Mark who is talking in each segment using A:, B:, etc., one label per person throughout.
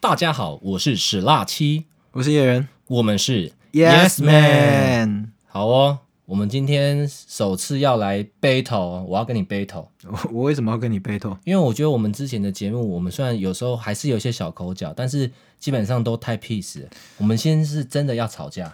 A: 大家好，我是史辣七，
B: 我是叶人
A: 我们是
B: Yes Man。
A: 好哦，我们今天首次要来 battle，哦我要跟你 battle，
B: 我我为什么要跟你 battle？
A: 因为我觉得我们之前的节目，我们虽然有时候还是有一些小口角，但是基本上都太 peace 了。我们先是真的要吵架，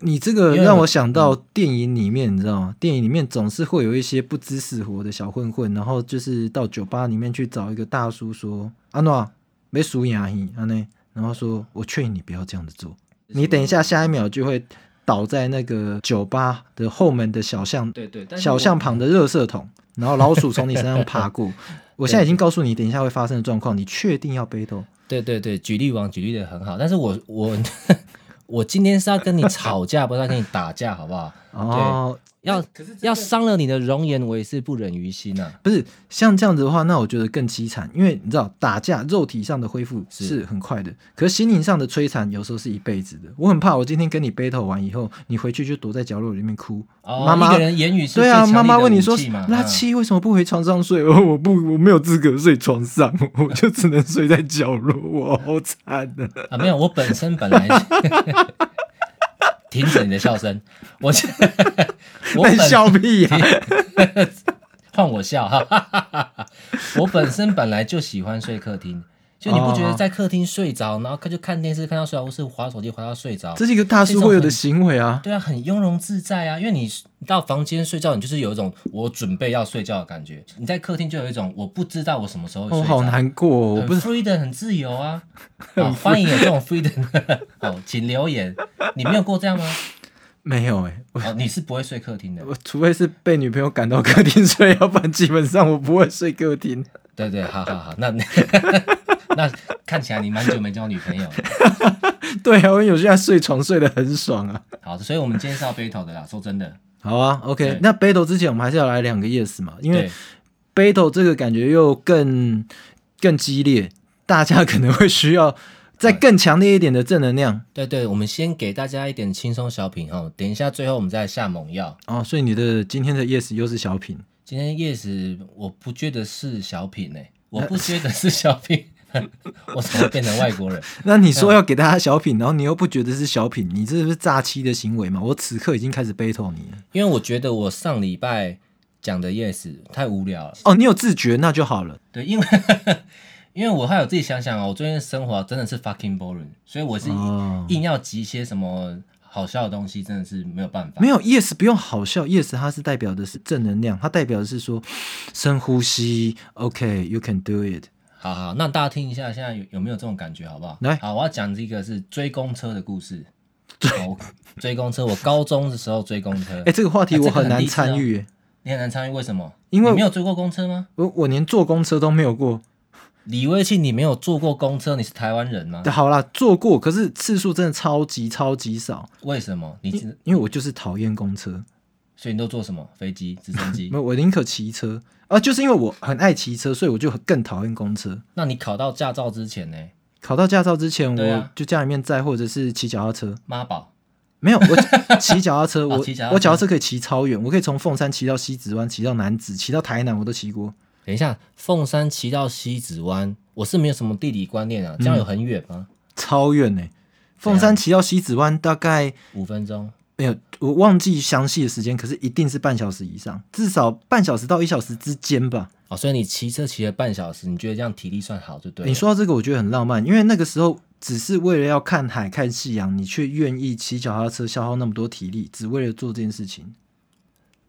B: 你这个
A: 因为
B: 让
A: 我
B: 我想到电影里面，你知道吗？电影里面总是会有一些不知死活的小混混，然后就是到酒吧里面去找一个大叔说：“阿诺，没输啊牙医，阿内。”然后说：“我劝你不要这样子做，你等一下，下一秒就会倒在那个酒吧的后门的小巷
A: 对对，
B: 小巷旁的热射桶，然后老鼠从你身上爬 过。我现在已经告诉你，等一下会发生的状况，你确定要背斗？
A: 对对对，举例王举例的很好，但是我我 我今天是要跟你吵架，不是要跟你打架，好不好？
B: 哦，
A: 要要伤了你的容颜，我也是不忍于心啊。
B: 不是像这样子的话，那我觉得更凄惨，因为你知道打架肉体上的恢复是很快的，可是心灵上的摧残有时候是一辈子的。我很怕我今天跟你 battle 完以后，你回去就躲在角落里面哭。
A: 哦，
B: 妈妈
A: 一个人言语是
B: 对
A: 最强
B: 啊，
A: 力的
B: 妈妈问你说
A: 武器嘛，
B: 拉
A: 嗯
B: 七为什么不回床上睡？哦，我不，我没有资格睡床上，我就只能睡在角落，我好惨的、
A: 啊，没有，我本身本来 停止你的笑声，我 我
B: 那
A: 本
B: 你笑屁 啊呀、
A: 换我笑哈哈哈哈哈，我本身本来就喜欢睡客厅，就你不
B: 哦
A: 觉得在客厅睡着，然后就看电视看到睡着，或是滑手机滑到睡着，
B: 这是一个大叔会有的行为啊。
A: 对啊，很雍容自在啊，因为你你到房间睡觉，你就是有一种我准备要睡觉的感觉；你在客厅就有一种我不知道我什么时候会
B: 我、
A: 睡着。
B: 哦、好难过、哦，我
A: 很
B: 不是
A: freedom 很自由 啊，好欢迎有这种 freedom 的哦，请留言。你没有过这 样吗？
B: 没有哎、
A: 哦，你是不会睡客厅的，
B: 我呃除非是被女朋友赶到客厅睡，要不然基本上我不会睡客厅。
A: 对对，好好好，那那看起来你蛮久没交女朋友了，
B: 对啊，我有些人睡床睡得很爽啊。
A: 好，所以我们今天是要 battle 的啦，说真的，
B: 好啊
A: 对
B: ，OK，那 battle 之前我们还是要来两个 yes 嘛，因为
A: 对
B: battle 这个感觉又更更激烈，大家可能会需要再更强烈一点的正能量
A: 对对，我们先给大家一点轻松小品哈，等一下最后我们再下猛药。
B: 哦。所以你的今天的 yes 又是小品，
A: 今天 yes，我不觉得是小品呢、我不觉得是小品， 我怎么变成外国人？
B: 那你
A: 嗯
B: 说要给大家小品，然后你又不觉得是小品，你这是诈欺的行为嘛？我此刻已经开始 battle 你了。
A: 因为我觉得我上礼拜讲的 yes 太无聊了。
B: 哦，你有自觉那就好了。
A: 对，因为因为我还有自己想想哦，我最近生活真的是 fucking boring，所以我是
B: 哦
A: 硬要集一些什么好笑的东西，真的是没有办法。
B: 没有 yes 不用好笑，yes 它是代表的是正能量，它代表的是说深呼吸，OK，you、can do it。
A: 好好，那大家听一下，现在有有没有这种感觉，好不好？
B: 来
A: 好，我要讲这个是追公车的故 事。追追公车，我高中的时候追公车。
B: 哎、这个话题
A: 哎
B: 我
A: 这个
B: 很
A: 很
B: 难
A: 励志
B: 参与、
A: 你很难参与，为什么？
B: 因为
A: 你没有追过公车吗？
B: 我我连坐公车都没有过。
A: 李威庆，你没有坐过公车，你是台湾人吗？
B: 好啦，坐过，可是次数真的超级超级少，
A: 为什么？你只
B: 因为我就是讨厌公车，
A: 所以你都坐什么？飞机、直升机
B: 没？有我宁可骑车啊，就是因为我很爱骑车，所以我就更讨厌公车。
A: 那你考到驾照之前呢？
B: 考到驾照之前，
A: 对啊
B: 我就家里面载，或者是骑脚踏车。
A: 妈宝，
B: 没有，我骑 脚踏车，我
A: 哦骑脚踏车
B: 我脚踏车可以骑超远，我可以从凤山骑到西子湾，骑到南子，骑到台南，我都骑过。
A: 等一下，凤山骑到西子湾，我是没有什么地理观念
B: 嗯
A: 啊，这样有很远吗？
B: 超远呢、凤
A: 啊
B: 山骑到西子湾大概
A: 五分钟，
B: 没有，我忘记详细的时间，可是一定是半小时以上，至少半小时到一小时之间吧。
A: 哦，所以你骑车骑了半小时，你觉得这样体力算好就对了。啊
B: 你说到这个，我觉得很浪漫，因为那个时候只是为了要看海、看夕阳，你却愿意骑脚踏车消耗那么多体力，只为了做这件事情。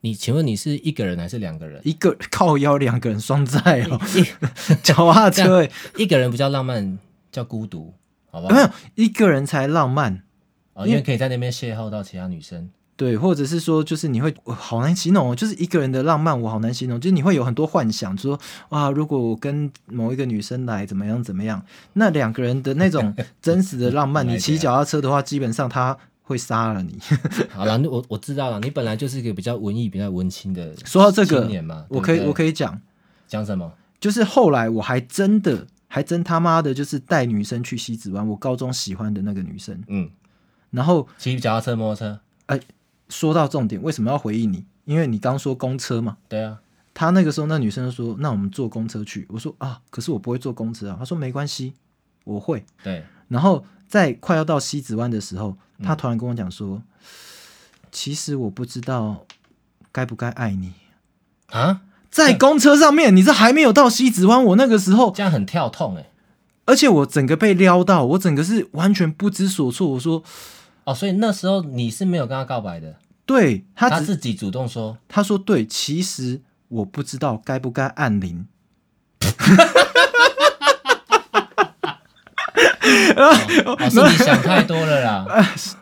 A: 你，请问你是一个人还是两个人？
B: 一个 靠腰，两个人双载哦， 脚踏车、欸，
A: 一个人比较浪漫，叫孤独，好不好
B: 没？有一个人才浪漫。
A: 哦，因为可以在那边邂逅到其他女生。
B: 对，或者是说，就是你会我好难形容哦，就是一个人的浪漫，我好难形容，就是你会有很多幻想，说哇，如果我跟某一个女生来，怎么样怎么样，那两个人的那种真实的浪漫，
A: 来
B: 你骑
A: 点
B: 脚踏车的话，基本上他会杀了你。
A: 好了，我我知道了，你本来就是一个比较文艺、比较文青的
B: 说到这
A: 青
B: 个
A: 年嘛。
B: 我可以，我
A: 以
B: 可以讲，
A: 讲什么？
B: 就是后来我还真的，还真他妈的，就是带女生去西子湾，我高中喜欢的那个女生，
A: 嗯，
B: 然后
A: 骑脚踏车、摩托车，
B: 说到重点，为什么要回应你？因为你刚说公车嘛，
A: 对啊，
B: 他那个时候，那女生就说：“那我们坐公车去。”我说：“啊，可是我不会坐公车啊。”他说：“没关系，我会。
A: 对，
B: 然后在快要到西子湾的时候，他突然跟我讲说：“其实我不知道该不该爱你。
A: 啊，”
B: 在公车上面，你这还没有到西子湾，我那个时候，
A: 这样很跳痛哎、
B: 而且我整个被撩到，我整个是完全不知所措。我说
A: 哦，所以那时候你是没有跟他告白的，：“
B: 对，他只
A: 他自己主动 说，
B: 他说对，其实我不知道该不该按铃。
A: 哦，是你想太多了啦。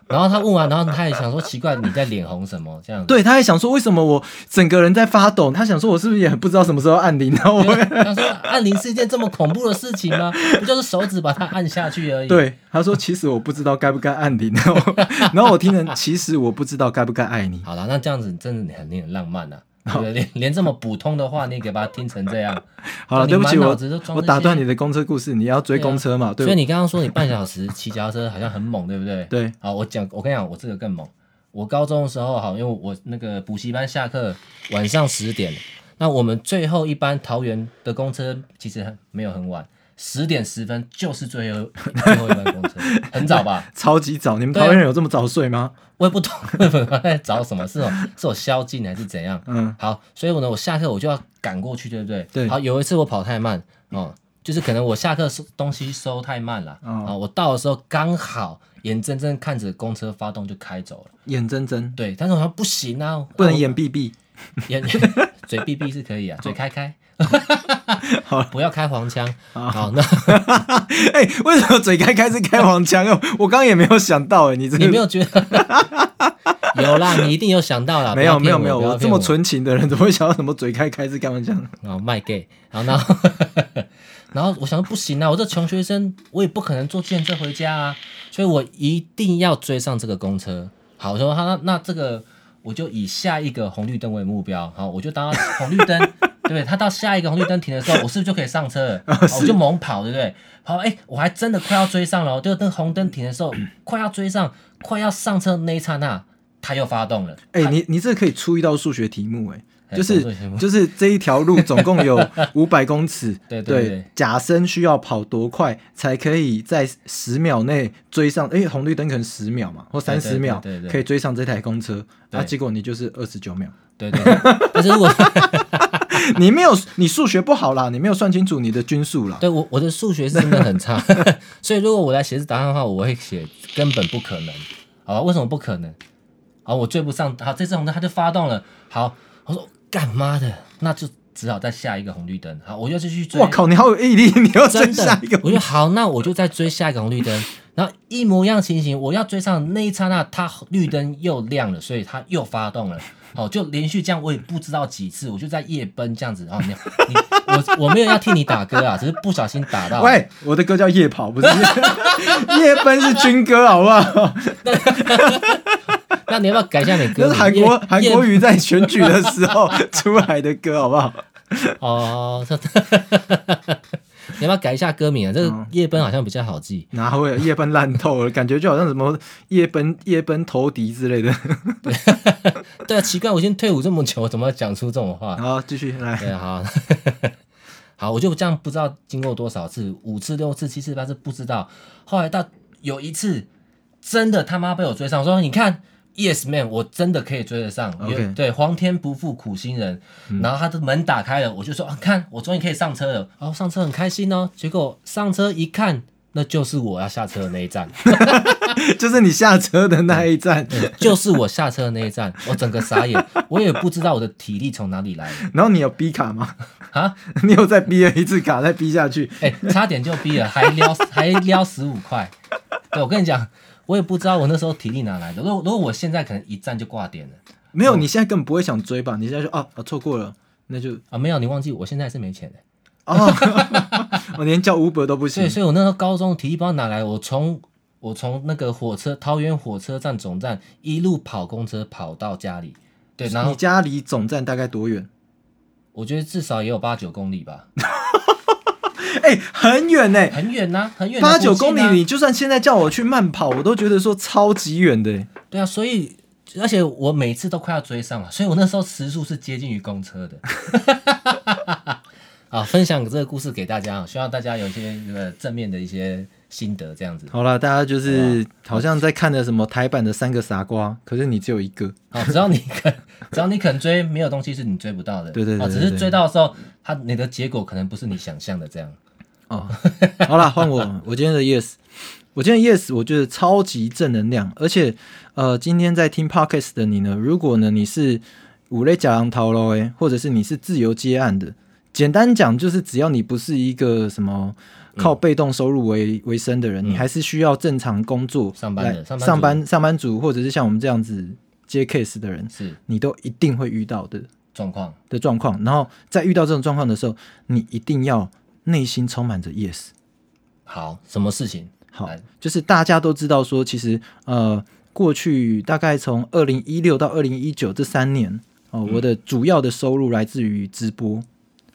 A: 然后他问完，然后他也想说奇怪，你在脸红什么这样子？
B: 对，他还想说为什么我整个人在发抖，他想说我是不是也很不知道什么时候按铃，然后我
A: 他说按铃是一件这么恐怖的事情吗？不就是手指把它按下去而已？，
B: 对他说其实我不知道该不该按铃，然后 然后我听成其实我不知道该不该爱你，
A: 好了，那这样子真的很你很浪 漫啊。对不对连连这么普通的话，你也给把它听成这样，
B: 好了，
A: 你
B: 对不起，
A: 满脑
B: 我
A: 子都装
B: 我
A: 这
B: 打
A: 些
B: 断你的公车故事，你要追
A: 对啊
B: 公车嘛？
A: 所以
B: 对
A: 你刚刚说你半小时骑脚踏车好像很猛，对不对？
B: 对，
A: 好，我讲，我跟你讲，我这个更猛。我高中的时候，好，因为我那个补习班下课晚上十点，那我们最后一班桃园的公车其实很没有很晚，十点十分就是最后最后一班公车，很早吧？
B: 超级早，你们
A: 对啊
B: 桃园人有这么早睡吗？
A: 我也不懂 日本人在找什么，是我哦是我宵禁还是怎样？
B: 嗯，
A: 好，所以我呢，我下课我就要赶过去，对不对？
B: 对
A: 好，有一次我跑太慢，哦、就是可能我下课收东西收太慢了，啊、
B: 哦
A: 我到的时候刚好眼睁睁看着公车发动就开走了，
B: 眼睁睁
A: 对，但是我说不行啊，
B: 不能
A: 啊
B: 眼闭闭，
A: 我眼嘴闭闭是可 以啊，嘴开开，
B: 好啊
A: 不要开黄腔，好，那 哦
B: 哎，为什么嘴开开是开黄腔？我刚刚也没有想到，哎，你这
A: 你
B: 个
A: 没有觉得 有啦，你一定有想到啦， 不
B: 没有
A: 要
B: 没
A: 骗
B: 有没有，
A: 不要
B: 我这
A: 骗
B: 么纯情的人怎么会想到什么嘴开开是干嘛讲？
A: 然后卖 gay，然后然 后然后我想说不行啊，我这穷学生，我也不可能坐电车回家啊，所以我一定要追上这个公车。好，我说好，那那这个我就以下一个红绿灯为目标，好，我就当它红绿灯， 对不对？他到下一个红绿灯停的时候，我是不是就可以上车了？好我就猛跑，对不对？好，哎，我还真的快要追上了哦，就等红灯停的时候，快要追上，快要上车那一刹那，他又发动了。
B: 哎、你你这可以出一道数学题目、哎，
A: 哎
B: 就
A: 什么数学题
B: 是
A: 目
B: 就是这一条路总共有 五百公尺，
A: 对对对
B: 假生需要跑多快才可以在十秒内追上？哎、红绿灯可能十秒嘛，或三十秒
A: 对对对对
B: 可以追上这台公车，
A: 对
B: 啊，结果你就是二十九秒，
A: 对对，对但是如果
B: 你没有你数学不好啦，你没有算清楚你的均数啦。
A: 对我我的数学是真的很 差，所以如果我来写这答案的话，我会写根本不可能，好吧？为什么不可能？好，我追不上他，这次红灯他就发动了，好，我说干妈的，那就只好再下一个红绿灯，好，我又继续追，
B: 我靠，你好有毅力，你要追
A: 真
B: 下
A: 的
B: 一个，，
A: 我就好，那我就再追下一个红绿灯，然后一模一样情形，我要追上那一刹那，它绿灯又亮了，所以它又发动了。好，就连续这样，我也不知道几次，我就在夜奔这样子。哦，你你我我没有要替你打歌啊，只是不小心打到。
B: 喂，我的歌叫夜跑，不是 夜夜奔是军歌，好不好？
A: 那你要不要改一下你的歌
B: 那
A: 名？
B: 是韩国
A: 夜
B: 韩国语在选举的时候 出来的歌，好不好？
A: 哦， 这你要不要改一下歌名啊？这
B: 嗯
A: 个夜奔好像比较好记。
B: 哪会有夜奔烂透了？感觉就好像什么夜奔 夜奔投敌之类的。
A: 对啊，奇怪，我已经退伍这么久，我怎么讲出这种话？
B: 好，继续来。
A: 啊对，好， 好，我就这样不知道经过多少次，五次、六次、七次、八次，不知道。后来到有一次，真的他妈被我追上，我说你看，Yes man，我真的可以追得上。
B: OK
A: 有对，皇天不负苦心人。然后他的门打开了，我就说啊，看，我终于可以上车了。然后上车很开心哦，结果上车一看。那就是我要下车的那一站，
B: 就是你下车的那一站，
A: 就是我下车的那一站，我整个傻眼，我也不知道我的体力从哪里来的
B: 然后你有逼卡吗？
A: 啊！
B: 你有再逼了一次卡，再逼下去。
A: 哎、差点就逼 了，还撩还撩十五块。对，我跟你讲，我也不知道我那时候体力哪来的。如果如果我现在可能一站就挂点了
B: 没
A: 哦
B: 有，你现在根本不会想追吧？你现在就啊啊错过了，那就
A: 啊，没有，你忘记我现在还是没钱的。
B: 哦， 我连叫 Uber 都不
A: 所以，
B: 行。
A: 所以我那时候高中体力不知道哪来，我从我从那个火车桃园火车站总站一路跑公车跑到家里，对，然
B: 你
A: 后
B: 家离总站大概多远？
A: 我觉得至少也有八九公里 吧，
B: 哎、很远呢、
A: 很远呐、很远、啊，
B: 八九公里，
A: 附近啊
B: 你就算现在叫我去慢跑，我都觉得说超级远的、欸
A: 对啊，所以而且我每 次都快要追上了，所以我那时候时速是接近于公车的。啊，啊，分享这个故事给大家，啊希望大家有一些呃正面的一些心得，这样子。
B: 好了，大家就是好像在看的什么台版的三个傻瓜，可是你只有一个。
A: 哦，只要你肯，只要你肯追，没有东西是你追不到的。
B: 对对对
A: 哦，
B: 对
A: 只是
B: 对
A: 追到的时候，它你的结果可能不是你想象的这样。
B: 哦， 好啦，换我。我今天的 yes，我今天的 yes，我觉得超级正能量。而且，呃，今天在听 podcast 的你呢，如果呢你是五类假狼逃喽诶，或者是你是自由接案的，简单讲就是，只要你不是一个什么
A: 嗯
B: 靠被动收入为、为生的人，你还是需要正常工作
A: 上班的
B: 来
A: 上班族
B: 上班上班族，或者是像我们这样子接 case 的人，
A: 是
B: 你都一定会遇到的。
A: 状况，
B: 的状况，然后在遇到这种状况的时候，你一定要内心充满着 yes。
A: 好，什么事情？
B: 好
A: 来，
B: 就是大家都知道说，其实呃，过去大概从二零一六到二零一九这三年哦，我的主要的收入来自于直播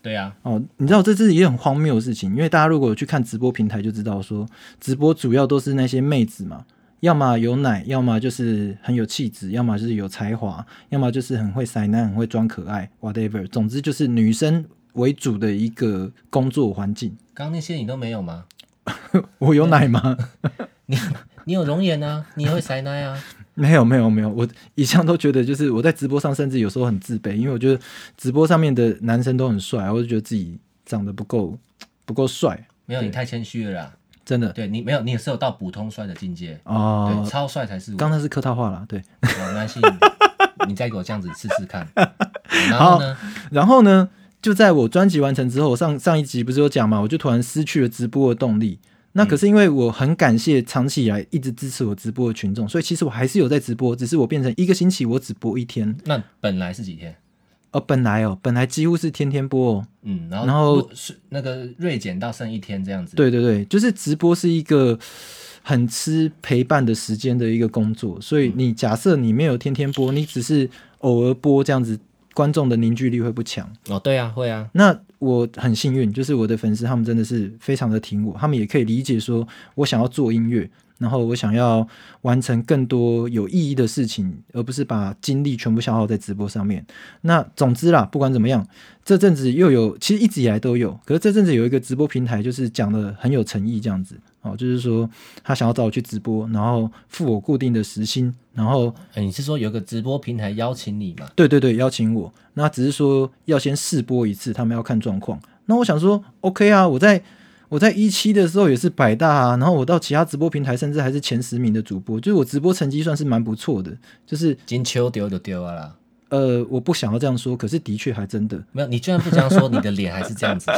A: 对啊，
B: 哦。你知道这是一件很荒谬的事情，因为大家如果有去看直播平台就知道说，直播主要都是那些妹子嘛。要么有奶，要么就是很有气质，要么就是有才华，要么就是很会塞奶、很会装可爱，whatever。总之就是女生为主的一个工作环境。
A: 刚刚那些你都没有吗？
B: 我有奶吗？
A: 你你有容颜啊，你也会塞奶啊，
B: 没有没有没有，我一向都觉得就是我在直播上，甚至有时候很自卑，因为我觉得直播上面的男生都很帅，我就觉得自己长得不够不够帅，
A: 没有，你太谦虚了啦。
B: 真的
A: 对你没有，你也是有到普通帅的境界，对，
B: 哦。
A: 超帅才是我。
B: 刚才是客套话啦，对。
A: 好没关系，你你再给我这样子试试 看。然后呢？
B: 然后呢，就在我专辑完成之后，上上一集不是有讲嘛，我就突然失去了直播的动力。那可是因为我很感谢长期以来一直支持我直播的群众，所以其实我还是有在直播，只是我变成一个星期我只播一天。
A: 那本来是几天？
B: 哦，本来哦，本来几乎是天天播哦。
A: 嗯，然后
B: 然后
A: 录是那个锐减到剩一天这样子。
B: 对对对，就是直播是一个很吃陪伴的时间的一个工作，所以你假设你没有天天播，你只是偶尔播这样子，观众的凝聚力会不强。
A: 哦，对啊，会啊，
B: 那我很幸运，就是我的粉丝他们真的是非常的挺我，他们也可以理解说我想要做音乐，然后我想要完成更多有意义的事情，而不是把精力全部消耗在直播上面。那总之啦，不管怎么样，这阵子又有，其实一直以来都有，可是这阵子有一个直播平台，就是讲的很有诚意这样子哦，就是说他想要找我去直播，然后付我固定的时薪，然后
A: 哎你是说有个直播平台邀请你嘛？
B: 对对对，邀请我。那只是说要先试播一次，他们要看状况。那我想说，OK 啊，我在我在一期的时候也是百大啊，然后我到其他直播平台甚至还是前十名的主播，就是我直播成绩算是蛮不错的。就是
A: 金秋丢就丢啊啦，
B: 呃，我不想要这样说，可是的确还真的，
A: 没有，你居然不这样说，你的脸还是这样子。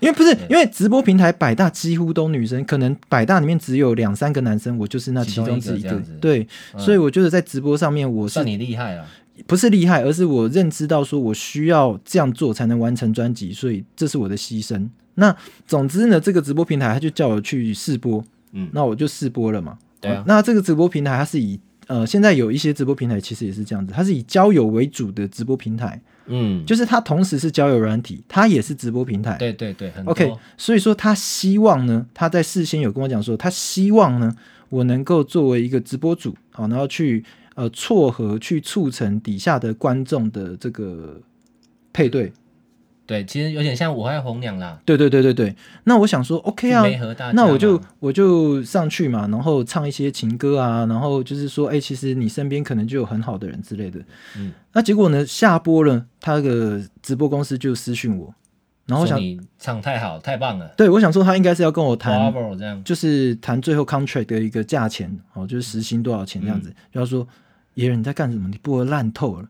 B: 因为 不是因为直播平台百大几乎都女生，可能百大里面只有两三个男生，我就是那
A: 其
B: 其
A: 中一
B: 中
A: 个
B: 之一
A: 这
B: 个
A: 样子。嗯
B: 对，所以我觉得在直播上面我是
A: 算你厉害啊了，
B: 不是厉害，而是我认知到说我需要这样做才能完成专辑，所以这是我的牺牲。那总之呢，这个直播平台他就叫我去试播，
A: 嗯，
B: 那我就试播了嘛。
A: 对啊，
B: 那这个直播平台它是以呃，现在有一些直播平台其实也是这样子，它是以交友为主的直播平台，
A: 嗯，
B: 就是它同时是交友软体，它也是直播平台。
A: 对对对，很多
B: OK，所以说他希望呢，他在事先有跟我讲说，他希望呢，我能够作为一个直播主，好，然后去呃撮合、去促成底下的观众的这个配对。
A: 对，其实有点像我爱红娘啦，
B: 对对对对对。那我想说，OK 啊，
A: 没和大家嘛，
B: 那我就我就上去嘛，然后唱一些情歌啊，然后就是说，哎、其实你身边可能就有很好的人之类的。
A: 嗯，
B: 那结果呢，下播了，他的直播公司就私讯我，然后我
A: 说
B: 想，
A: 你唱太好，太棒了
B: 对我想说他应该是要跟我谈
A: b r 这样，
B: 就是谈最后 contract 的一个价钱哦，就是时薪多少钱这样
A: 嗯
B: 子。然后说，爷爷你在干什么？你播的烂透了。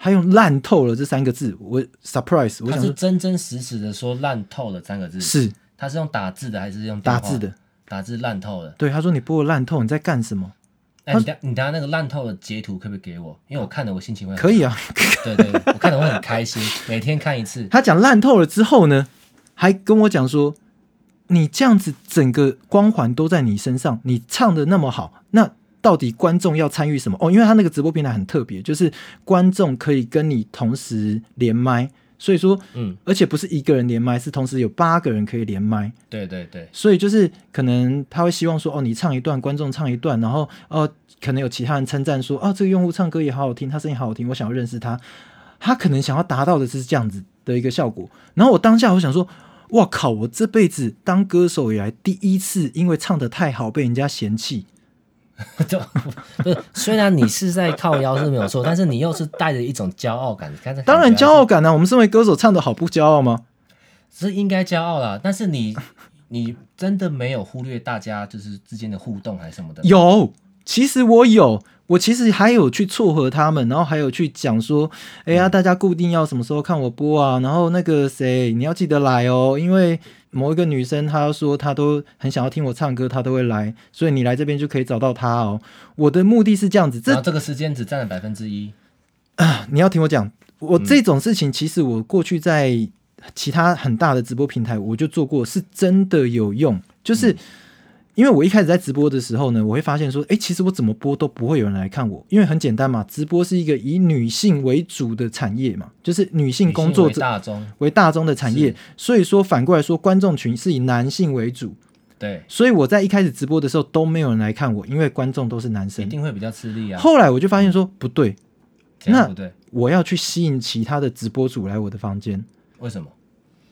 B: 他用“烂透了”这三个字，我 surprise，我
A: 他
B: 想
A: 是
B: 说
A: 真真实实的说烂透了三个字，
B: 是
A: 他是用打字的还是用电
B: 打
A: 话
B: 字？的。
A: 打字烂透了。
B: 对，他说你播的烂透，你在干什么？
A: 哎，你等你等下那个烂透的截图可不可以给我？因为我看了我心情会很
B: 可以啊。
A: 对对，我看了会很开心， 每天看一次。
B: 他讲烂透了之后呢，还跟我讲说，你这样子整个光环都在你身上，你唱的那么好，那到底观众要参与什么？哦，因为他那个直播平台很特别，就是观众可以跟你同时连麦，所以说，
A: 嗯，
B: 而且不是一个人连麦，是同时有八个人可以连麦，
A: 对对对，
B: 所以就是可能他会希望说，哦，你唱一段，观众唱一段，然后哦、呃可能有其他人称赞哦说，啊，这个用户唱歌也好好听，他声音好好听，我想要认识他。他可能想要达到的是这样子的一个效果。然后我当下我想说，哇靠！我这辈子当歌手以来第一次，因为唱的太好被人家嫌弃。
A: 就不是，虽然你是在靠腰是没有错，但是你又是带着一种骄傲感。刚才
B: 当然骄
A: 傲
B: 傲感呢、啊，我们身为歌手唱的好不骄傲吗？
A: 是应该骄傲啦，但是你你真的没有忽略大家就是之间的互动还是什么的。
B: 有，其实我有，我其实还有去撮合他们，然后还有去讲说，哎呀，大家固定要什么时候看我播啊？然后那个谁，你要记得来哦，因为某一个女生她说她都很想要听我唱歌，她都会来，所以你来这边就可以找到她哦。我的目的是这样子，这
A: 然后这个时间只占了百分之一，
B: 你要听我讲，
A: 嗯
B: 我这种事情其实我过去在其他很大的直播平台我就做过，是真的有用。就是
A: 嗯
B: 因为我一开始在直播的时候呢，我会发现说，诶，其实我怎么播都不会有人来看我，因为很简单嘛，直播是一个以女性为主的产业嘛，就是女性工作
A: 女性为
B: 者
A: 大众
B: 为大宗的产业
A: 是，
B: 所以说反过来说，观众群是以男性为主，
A: 对，
B: 所以我在一开始直播的时候都没有人来看我，因为观众都是男
A: 一
B: 生。
A: 定会比较吃力啊。
B: 后来我就发现说，不对，
A: 这样
B: 那
A: 不对，
B: 我要去吸引其他的直播主来我的房间，
A: 为什么？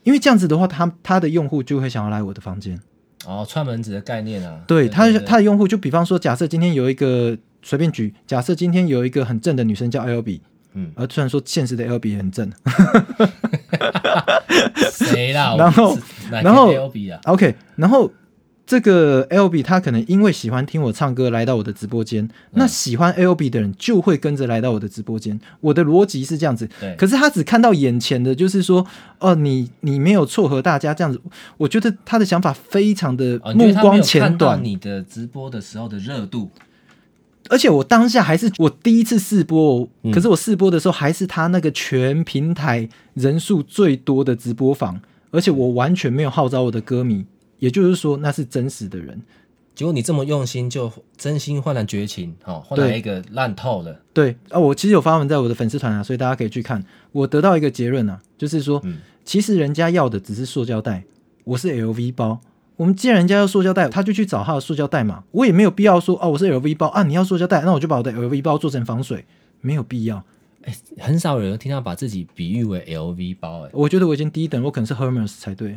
B: 因为这样子的话，他他的用户就会想要来我的房间。
A: 哦，串门子的概念啊。
B: 对他
A: 对，
B: 他的用户就比方说，假设今天有一个随便举，假设今天有一个很正的女生叫 L B，
A: 嗯，
B: 而虽然说现实的 L B 也很正
A: 谁啦？
B: 然后
A: 我不是哪个
B: 然后
A: L B 啊？
B: ，OK，然后这个 L B 他可能因为喜欢听我唱歌来到我的直播
A: 嗯
B: 间，那喜欢 L B 的人就会跟着来到我的直播间。我的逻辑是这样子，
A: 对，
B: 可是他只看到眼前的，就是说，哦，你你没有撮合大家这样子，我觉得他的想法非常的
A: 哦，你觉
B: 目
A: 得他没
B: 光
A: 有
B: 浅
A: 看到
B: 短，
A: 你的直播的时候的热度，
B: 而且我当下还是我第一次试播，
A: 嗯
B: 可是我试播的时候还是他那个全平台人数最多的直播房，而且我完全没有号召我的歌迷，也就是说那是真实的人，
A: 结果你这么用心，就真心换来绝情，哦，换来
B: 对
A: 一个烂透了。
B: 对啊，我其实有发文在我的粉丝团啊，所以大家可以去看。我得到一个结论啊，就是说，
A: 嗯
B: 其实人家要的只是塑胶袋，我是 LV 包。我们既然人家要塑胶袋，他就去找他的塑胶袋嘛。我也没有必要说哦，我是 LV 包啊，你要塑胶袋，那我就把我的 LV 包做成防水，没有必要。
A: 哎很少有人听到把自己比喻为 LV 包、欸，
B: 我觉得我已经低等，我可能是 Hermes 才对。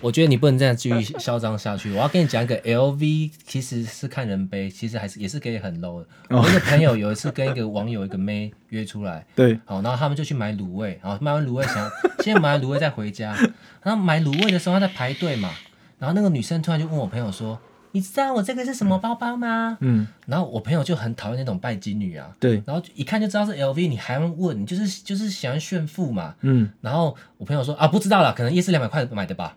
A: 我觉得你不能这样继续嚣张下去。我要跟你讲一个 LV，其实是看人背，其实还是也是可以很 low 的。我一个朋友有一次跟一个网友一个妹约出来，
B: 对，
A: 好，然后他们就去买卤味，好，买完卤味想先买完卤味再回家。然后买卤味的时候他在排队嘛，然后那个女生突然就问我朋友说：“你知道我这个是什么包包吗？”
B: 嗯，
A: 然后我朋友就很讨厌那种拜金女啊，
B: 对，
A: 然后一看就知道是 LV，你还问，你就是就是喜欢炫富嘛。
B: 嗯，
A: 然后我朋友说啊，不知道啦，可能夜市两百块买的吧。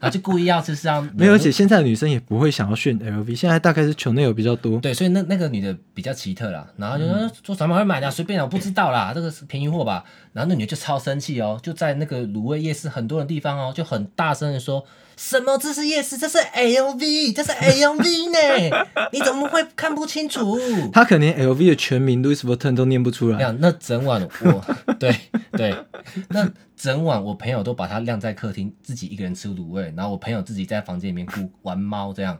A: 然后就故意要就是要
B: 没有，而且现在的女生也不会想要炫 LV，现在大概是 Chanel 比较多。
A: 对，所以那那个女的比较奇特啦，然后就说、
B: 嗯
A: 呃说什么会买的啊、随便啦，我不知道啦，这个是便宜货吧。然后那女的就超生气哦，就在那个卤味夜市很多的地方哦，就很大声的说什么这是夜市，这是 LV，这是 LV 呢，你怎么会看不清楚？
B: 她可能连 LV 的全名 Louis Vuitton 都念不出
A: 那
B: 来。
A: 样那整晚我对对，那整晚我朋友都把它晾在客厅，自己一个人吃卤味，然后我朋友自己在房间里面顾玩猫这样，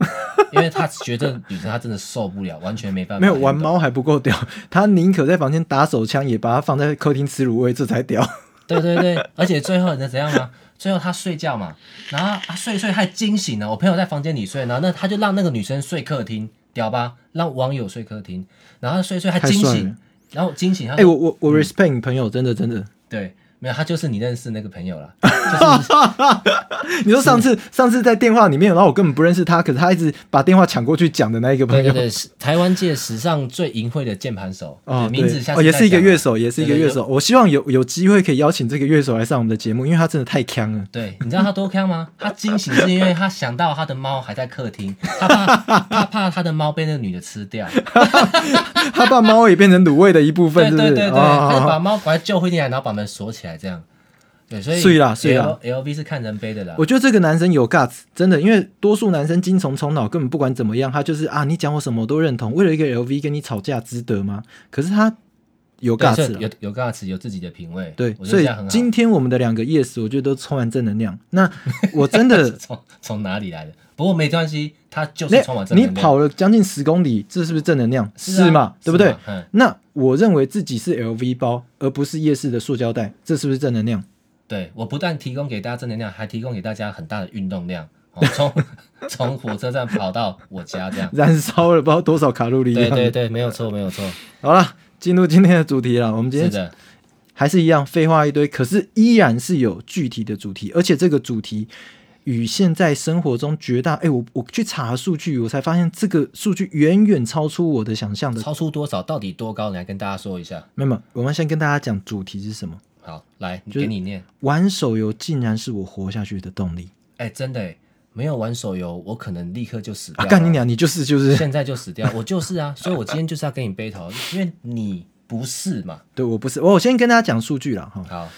A: 因为他觉得女生她真的受不了，完全没办法。
B: 没有玩，猫还不够屌， 她宁可在房间打手枪，也把它放在客厅吃卤味，这才屌。
A: 对对 对，而且最后你知道怎样吗？最后他睡觉嘛，然后他睡一睡还惊醒了，我朋友在房间里睡，然后那他就让那个女生睡客厅，屌吧，让网友睡客厅，然后他睡一睡还
B: 太
A: 惊
B: 帅
A: 醒
B: 了，
A: 然后惊醒他
B: 哎、我我
A: 嗯
B: 我 respect 你朋友，真的 真的。
A: 对，没有他就是你认识那个朋友了。
B: 哎你说上次上次在电话里面，然后我根本不认识他，可是他一直把电话抢过去讲的那一个朋
A: 对
B: 友
A: 对，对，是台湾界史上最淫秽的键盘手，
B: 哦，
A: 对名字
B: 对
A: 下次
B: 哦也
A: 再
B: 是一个
A: 讲啊
B: 乐手，也是一个
A: 对对
B: 乐手。我希望有有机会可以邀请这个乐手来上我们的节目，因为他真的太强了。
A: 对，你知道他多坑吗？他惊醒是因为他想到他的猫还在客厅，他怕他怕他的猫被那个女的吃掉。
B: 他把猫也变成卤味的一部分，
A: 对
B: 是不
A: 对
B: 是？
A: 对对，
B: 哦
A: 他就把猫赶快救回来，然后把门锁起来，这样。对，所以
B: 碎啦碎啦
A: L V 是看人背的啦。
B: 我觉得这个男生有 guts，真的，因为多数男生精虫充脑，根本不管怎么样，他就是啊，你讲我什么我都认同。为了一个 LV 跟你吵架，值得吗？可是他有
A: 对
B: 尬
A: 所以
B: 词了
A: 有有尬词，有自己的品味。
B: 对，
A: 我觉
B: 所
A: 得这
B: 以
A: 样很好。
B: 今天我们的两个 yes，我觉得都充满正能量。那我 真的，
A: 从从哪里来的？不过没关系，他就是充满
B: 那
A: 正能
B: 你
A: 量。
B: 跑了将近十公里，这是不是正能量？
A: 啊
B: 嘛，对不
A: 是
B: 对
A: 嘛？嗯，
B: 那我认为自己是 LV 包，而不是夜市的塑胶袋，这是不是正能量？
A: 对我不但提供给大家正能量，还提供给大家很大的运动量。哦、 从从火车站跑到我家这样。
B: 燃烧了不知道多少卡路里 一
A: 对
B: 样。
A: 对对，没有错，没有 错，
B: 好了，进入今天的主题了。我们今
A: 是
B: 天
A: 的，
B: 还是一样废话一堆，可是依然是有具体的主题，而且这个主题与现在生活中绝大……哎、我我去查数据，我才发现这个数据远远超出我的想象的。
A: 超出多少？到底多高？你来跟大家说一下。
B: 妹妹，我们先跟大家讲主题是什么。
A: 好，来，
B: 就是
A: 给你念。
B: 玩手游竟然是我活下去的动力
A: 哎，真的哎，没有玩手游，我可能立刻就死掉
B: 啊！
A: 了。
B: 干你娘，你就是就是，
A: 现在就死掉，我就是啊，所以我今天就是要跟你 battle，因为你不是嘛。
B: 对我不是，哦我先跟大家讲数据了哈。
A: 好，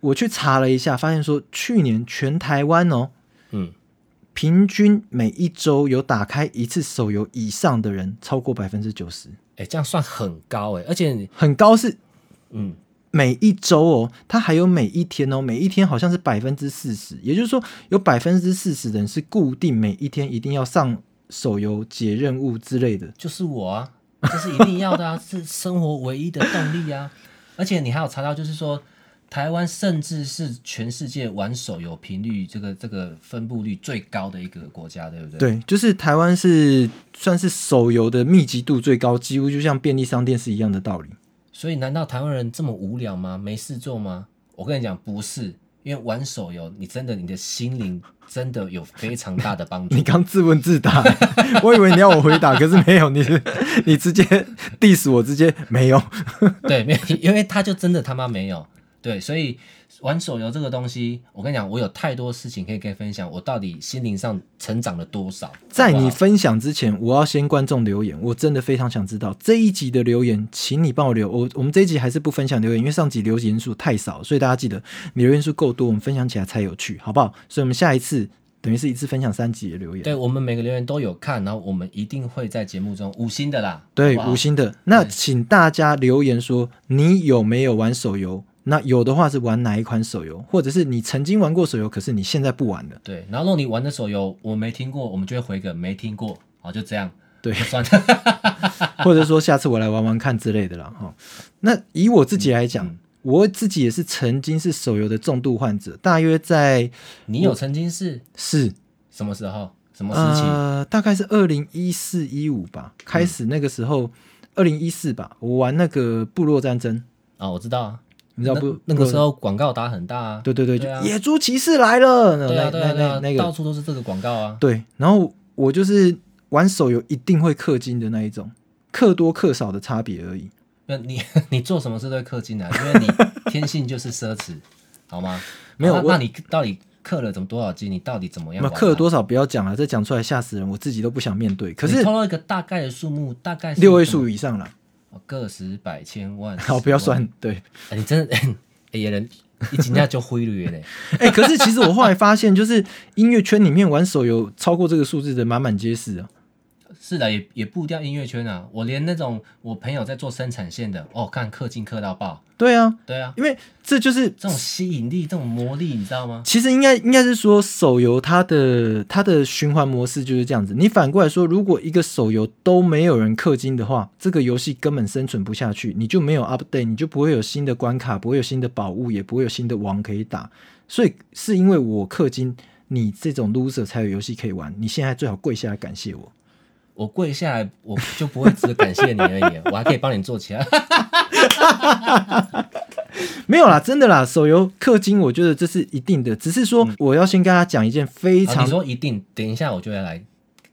B: 我去查了一下，发现说去年全台湾哦，
A: 嗯，
B: 平均每一周有打开一次手游以上的人超过百分之九十，
A: 哎，这样算很高哎，而且你，
B: 很高是
A: 嗯，
B: 每一周哦，它还有每一天哦，每一天好像是百分之四十，也就是说有百分之四十的人是固定每一天一定要上手游解任务之类的。
A: 就是我啊，这是一定要的啊，是生活唯一的动力啊。而且你还有查到，就是说台湾甚至是全世界玩手游频率这个这个分布率最高的一个国家，对不对？，
B: 对，就是台湾是算是手游的密集度最高，几乎就像便利商店是一样的道理。
A: 所以难道台湾人这么无聊吗？没事做吗？我跟你讲，不是，因为玩手游，你真的你的心灵真的有非常大的帮助
B: 你。刚自问自答， 我以为你要我回答，可是没有，你是你直接 diss 我，直接没有。
A: 对，没有，因为他就真的他妈没有。对，所以玩手游这个东西，我跟你讲，我有太多事情可以跟你分享，我到底心灵上成长了多少？好
B: 在
A: 不
B: 你
A: 好
B: 分享之前，我要先观众留言，我真的非常想知道这一集的留言，请你帮我留。我我们这一集还是不分享留言，因为上集留言数太少，所以大家记得你留言数够多，我们分享起来才有趣，好不好？所以我们下一次等于是一次分享三集的留言，
A: 对我们每个留言都有看，然后我们一定会在节目中五星的啦，
B: 对
A: 好不好
B: 五，星的。那请大家留言说你有没有玩手游？那有的话是玩哪一款手游，或者是你曾经玩过手游，可是你现在不玩了。
A: 对。然后如果你玩的手游我没听过，我们就会回个没听过，好，就这样，
B: 对
A: 就算了。
B: 或者说下次我来玩玩看之类的啦。哈、那以我自己来
A: 嗯
B: 讲，我自己也是曾经是手游的重度患者，大约在
A: 你有曾经是
B: 是
A: 什么时候、什么时期？
B: 呃，大概是二零一四一五吧，开始那个时
A: 嗯
B: 候，二零一四吧，我玩那个部落战争，
A: 啊，我知道啊，
B: 你知道
A: 那
B: 不？
A: 那个
B: 部
A: 时
B: 落，
A: 候广告打很大啊，
B: 对对对，
A: 对啊
B: 就野猪骑士来了，那
A: 对啊，对啊，
B: 那
A: 对啊
B: 那，那
A: 到
B: 个
A: 处都是这个广告啊，
B: 对，然后我就是玩手游一定会氪金的那一种，氪多氪少的差别而已。
A: 那你 你做什么事都会氪金啊，因为你天性就是奢侈，好吗？
B: 没有
A: 好
B: 我
A: 那那你到底氪了怎么多少金？你到底怎么样
B: 那
A: 玩啊？
B: 氪了多少不要讲了，这讲出来吓死人，我自己都不想面对。可
A: 你
B: 是
A: 透露一个大概的数目，大哎概是
B: 六位
A: 什么
B: 数以上了，
A: 哦个十百千万，
B: 好，不要
A: 十万。
B: 算。对，
A: 哎你真的， 哎有人一惊讶就灰了嘞。
B: 哎、可是其实我后来发现，就是音乐圈里面玩手游超过这个数字的满满皆是啊。
A: 是的，也也步掉音乐圈啊。我连那种我朋友在做生产线的，哦，看氪金氪到爆。
B: 对啊，
A: 对啊，
B: 因为这就是
A: 这种吸引力，这种魔力，你知道吗？
B: 其实应该应该是说手游它的它的循环模式就是这样子。你反过来说，如果一个手游都没有人氪金的话，这个游戏根本生存不下去，你就没有 update，你就不会有新的关卡，不会有新的宝物，也不会有新的王可以打。所以是因为我氪金，你这种 loser 才有游戏可以玩。你现在最好跪下来感谢我。
A: 我跪下来，我就不会只感谢你而已， 我还可以帮你做其他。
B: 没有啦，真的啦，手游氪金我觉得这是一定的，只是说我要先跟大家讲一件非
A: 好，嗯啊
B: 常
A: 哦你说一定，等一下我就会来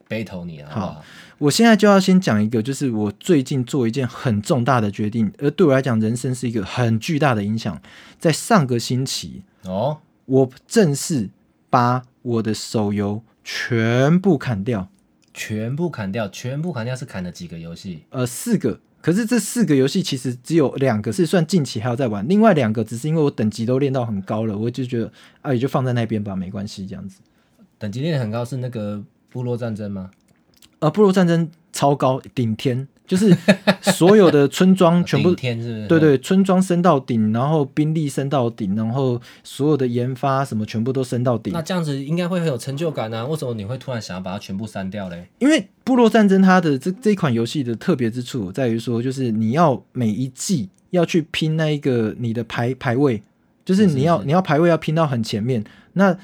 A: battle 你啊，好不好？
B: 我现在就要先讲一个，就是我最近做一件很重大的决定，而对我来讲，人生是一个很巨大的影响。在上个星期，
A: 哦，
B: 我正式把我的手游全部砍掉，
A: 全部砍掉，全部砍掉是砍了几个游戏？
B: 呃，四个。可是这四个游戏其实只有两个是算近期还有在玩，另外两个只是因为我等级都练到很高了，我就觉得啊也就放在那边吧，没关系这样子。
A: 等级练得很高是那个部落战争吗？
B: 呃，部落战争超高顶天， 就是所有的村庄全部
A: 顶天是不是？
B: 对对，村庄升到顶，然后兵力升到顶，然后所有的研发什么全部都升到顶
A: 那。这样子应该会很有成就感啊！为什么你会突然想要把它全部删掉嘞？
B: 因为部落战争它的这这一款游戏的特别之处在于说，就是你要每一季要去拼那一个你的排排位，就是
A: 是是
B: 你要
A: 是
B: 你要排位要拼到很前面，那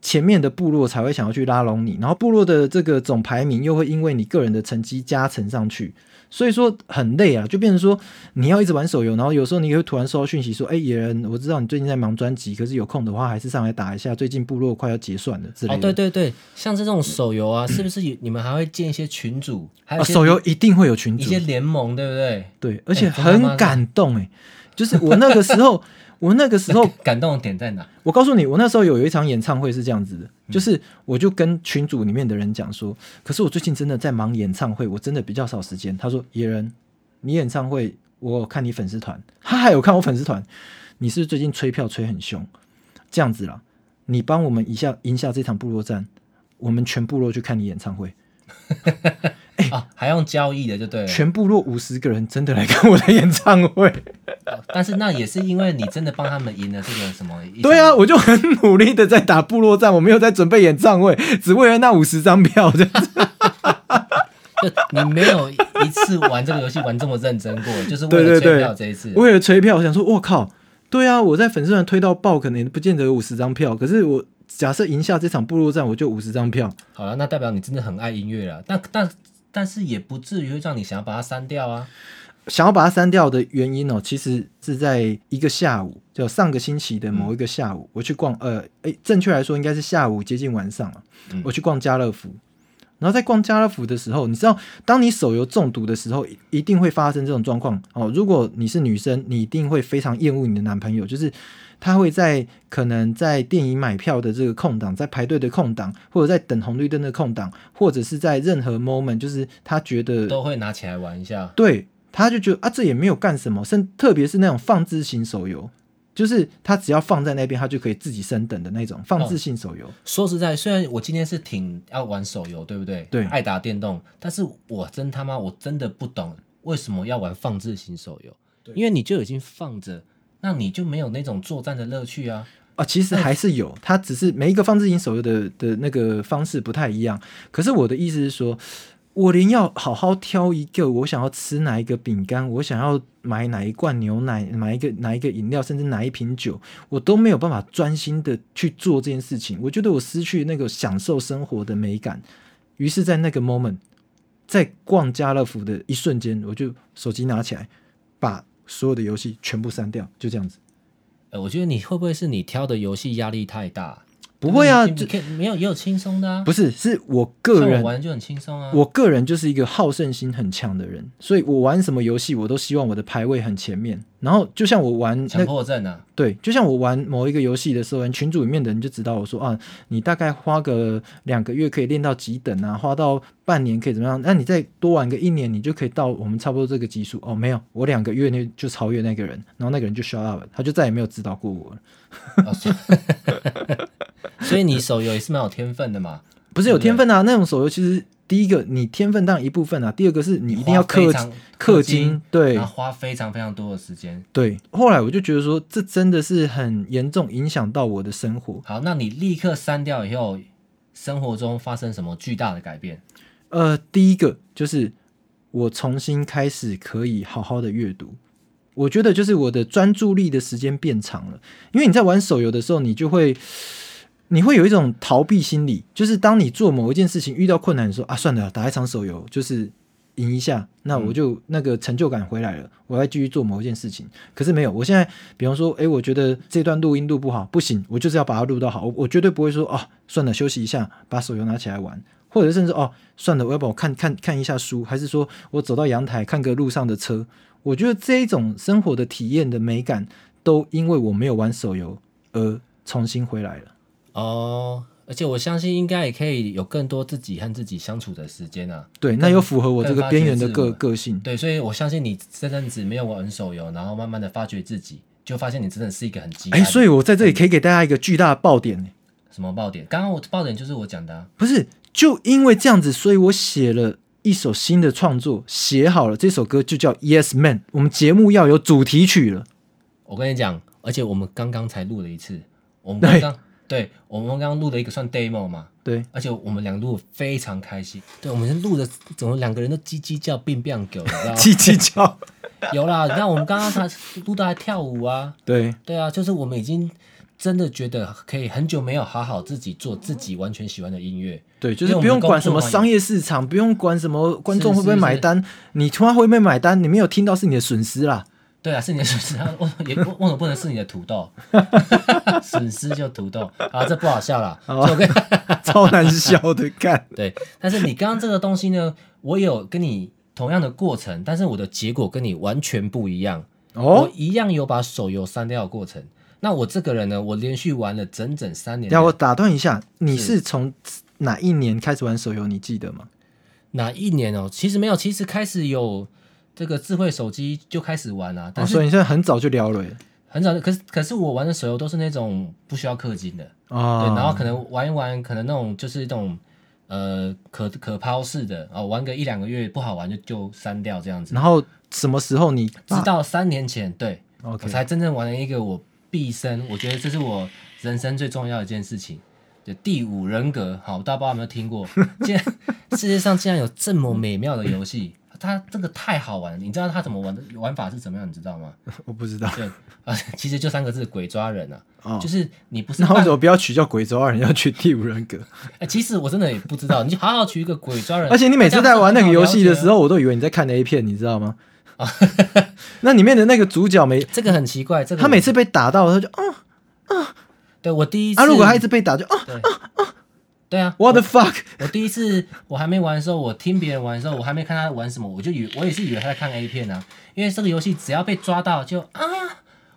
B: 前面的部落才会想要去拉拢你，然后部落的这个总排名又会因为你个人的成绩加成上去。所以说很累啊，就变成说你要一直玩手游，然后有时候你会突然收到讯息说，哎、野人，我知道你最近在忙专辑，可是有空的话还是上来打一下，最近部落快要结算了之类
A: 哦，
B: 的。
A: 对对对，像这种手游啊，是不是有你们还会建一些群组，还有
B: 啊，
A: 一些
B: 手游一定会有群
A: 一
B: 主，
A: 些联盟，对不对？
B: 对，而且
A: 哎真的吗
B: 很感动哎、就是我那个时 候，我那个时候，
A: 感动的点在哪？
B: 我告诉你，我那时候有有一场演唱会是这样子的，
A: 嗯
B: 就是我就跟群组里面的人讲说，可是我最近真的在忙演唱会，我真的比较少时间。他说：“野人，你演唱会我有看你粉丝团，他还有看我粉丝团，你是不是最近催票催很凶，这样子啦，你帮我们一下赢下这场部落战，我们全部落去看你演唱会。”
A: 啊，还用交易的就对了。
B: 全部落五十个人真的来看我的演唱会，
A: 哦但是那也是因为你真的帮他们赢了这个什么？
B: 对啊，，我就很努力的在打部落战，我没有在准备演唱会， 只为了那五十张票这样子。
A: 就你没有一次玩这个游戏玩这么认真过，就是为
B: 对
A: 了吹
B: 对对
A: 票这一次。，
B: 为了催票，我想说，我靠，对啊，我在粉丝团推到爆，可能不见得有五十张票，可是我假设赢下这场部落战，我就五十张票。
A: 好了，那代表你真的很爱音乐了。但但但是也不至于会让你想要把它删掉啊。
B: 想要把它删掉的原因哦，其实是在一个下午，就上个星期的某一个下午，我去逛，呃，诶，正确来说应该是下午接近晚上了、
A: 嗯
B: 我去逛家乐福。然后在逛家乐福的时候，你知道，当你手游中毒的时候，一一定会发生这种状况哦。如果你是女生，你一定会非常厌恶你的男朋友，就是他会在可能在电影买票的这个空档，在排队的空档，或者在等红绿灯的空档，或者是在任何 moment，就是他觉得
A: 都会拿起来玩一下。
B: 对，他就觉得啊，这也没有干什么，甚特别是那种放置型手游，就是他只要放在那边，他就可以自己升等的那种放置性手游。
A: 说实在，虽然我今天是挺要玩手游，对不对？
B: 对
A: 爱打电动，但是我真他妈我真的不懂为什么要玩放置型手游，
B: 对
A: 因为你就已经放着，那你就没有那种作战的乐趣啊。
B: 啊，其实还是有，它只是每一个放置型手游的的那个方式不太一样。可是我的意思是说，我连要好好挑一个，我想要吃哪一个饼干，我想要买哪一罐牛奶，买一个哪一个饮料，甚至哪一瓶酒，我都没有办法专心的去做这件事情。我觉得我失去那个享受生活的美感。于是，在那个 moment，在逛家乐福的一瞬间，我就手机拿起来，把所有的游戏全部删掉，就这样子。
A: 呃，我觉得你会不会是你挑的游戏压力太大？
B: 不会啊，
A: 就是嗯你
B: 这
A: 你可以没有也有轻松的啊，
B: 不是，是我个
A: 像
B: 人
A: 我，玩就很轻松啊。
B: 我个人就是一个好胜心很强的人，所以我玩什么游戏，我都希望我的排位很前面。然后就像我玩
A: 强
B: 那
A: 迫症啊，
B: 对，就像我玩某一个游戏的时候，群组里面的人就指导我说啊，你大概花个两个月可以练到几等啊，花到半年可以怎么样？那你再多玩个一年，你就可以到我们差不多这个级数。哦，没有，我两个月内就超越那个人，然后那个人就 shut up，了他就再也没有指导过我了。
A: 哦所 以所以你手游也是蛮有天分的嘛，
B: 不是有天分啊，那种手游其实第一个你天分当然一部分啊，第二个是你一定
A: 花
B: 要
A: 啊非
B: 氪
A: 常
B: 氪金，，对
A: 然后花非常非常多的时间。
B: 对。后来我就觉得说，这真的是很严重影响到我的生活。
A: 好，那你立刻删掉以后，生活中发生什么巨大的改变？
B: 呃，第一个就是我重新开始可以好好的阅读。我觉得就是我的专注力的时间变长了，因为你在玩手游的时候，你就会你会有一种逃避心理，就是当你做某一件事情遇到困难的时候啊，算了，打一场手游就是赢一下，那我就那个成就感回来了，我要继续做某一件事情。可是没有，我现在比方说，诶，我觉得这段录音录不好，不行，我就是要把它录到好，我我绝对不会说哦，算了，休息一下，把手游拿起来玩。或者甚至哦，算了，我要不我看看看一下书，还是说我走到阳台看个路上的车？我觉得这一种生活的体验的美感，都因为我没有玩手游而重新回来了。
A: 哦，而且我相信应该也可以有更多自己和自己相处的时间啊。
B: 对，那又符合我这
A: 更
B: 个
A: 发
B: 边缘的
A: 掘自我
B: 个个性。
A: 对，所以我相信你这阵子没有玩手游，然后慢慢的发掘自己，就发现你真的是一个很鸡。
B: 哎、所以我在这里可以给大家一个巨大的爆点、欸呢，
A: 什么爆点？刚刚我爆点就是我讲的、啊，
B: 不是就因为这样子，所以我写了一首新的创作，写好了这首歌就叫《Yes Man》，我们节目要有主题曲了。
A: 我跟你讲，而且我们刚刚才录了一次，我们刚刚对我们刚刚录了一个算 demo 嘛，
B: 对，
A: 而且我们俩录得非常开心。对，我们录的怎么两个人都叽叽叫，并并狗，你知道吗？
B: 叽叽叫，
A: 有啦，你看我们刚刚才录到还跳舞啊，
B: 对
A: 对啊，就是我们已经真的觉得可以很久没有好好自己做自己完全喜欢的音乐，
B: 对，
A: 因
B: 就
A: 为
B: 是
A: 我
B: 不
A: 们
B: 用
A: 的
B: 管什
A: 工作
B: 么
A: 嘛
B: 商业市场，不用管什么观众
A: 是
B: 会不会
A: 是
B: 买
A: 是
B: 单，你他妈会不会买单，你没有听到是你的损失啦。
A: 对啊，是你的损失， 为什么也为什么不能是你的土豆？损失就土豆啊，这不好笑啦。
B: 好吧 超难笑的，干。
A: 对，但是你刚刚这个东西呢，我有跟你同样的过程，但是我的结果跟你完全不一样。我
B: 哦，
A: 一样有把手游删掉的过程。那我这个人呢，我连续玩了整整三年
B: 等一下我打断一下，你
A: 是
B: 是从哪一年开始玩手游？你记得吗？
A: 哪一年哦？其实没有，其实开始有这个智慧手机就开始玩啦、
B: 哦，
A: 但
B: 所
A: 是
B: 以你现在很早就聊了耶。
A: 很早，可是可是我玩的手游都是那种不需要氪金的，
B: 哦，
A: 对，然后可能玩一玩，可能那种就是那种呃可可抛式的啊、哦玩个一两个月不好玩就就删掉这样子。
B: 然后什么时候你
A: 直
B: 哦
A: 到三年前，对
B: OK
A: 我才真正玩了一个我毕生，我觉得这是我人生最重要的一件事情。就第五人格，好，大家不知道有没有听过？竟然世界上竟然有这么美妙的游戏，它这个太好玩了。你知道它怎么玩的玩法是怎么样？你知道吗？
B: 我不知道
A: 对啊，其实就三个字：鬼抓人啊。
B: 哦
A: 就。是你不是
B: 那为
A: 扮
B: 什么不要取叫鬼州二人，要取第五 人格？
A: 哎其实我真的也不知道，你就好好取一个鬼抓人。
B: 而且你每次在玩那个游戏的时
A: 候，
B: 候，我都以为你在看 A 片，你知道 吗？那里面的那个主角每
A: 这个很奇怪，这个
B: 他每次被打到，他就哦，
A: 对我第一次，
B: 啊，如果他一直被打就哦
A: 对对啊，
B: ，what the fuck，
A: 我第一次我还没玩的时候，我听别人玩的时候，我还没看他玩什么，我就以我也是以为他在看 A 片啊，因为这个游戏只要被抓到就啊，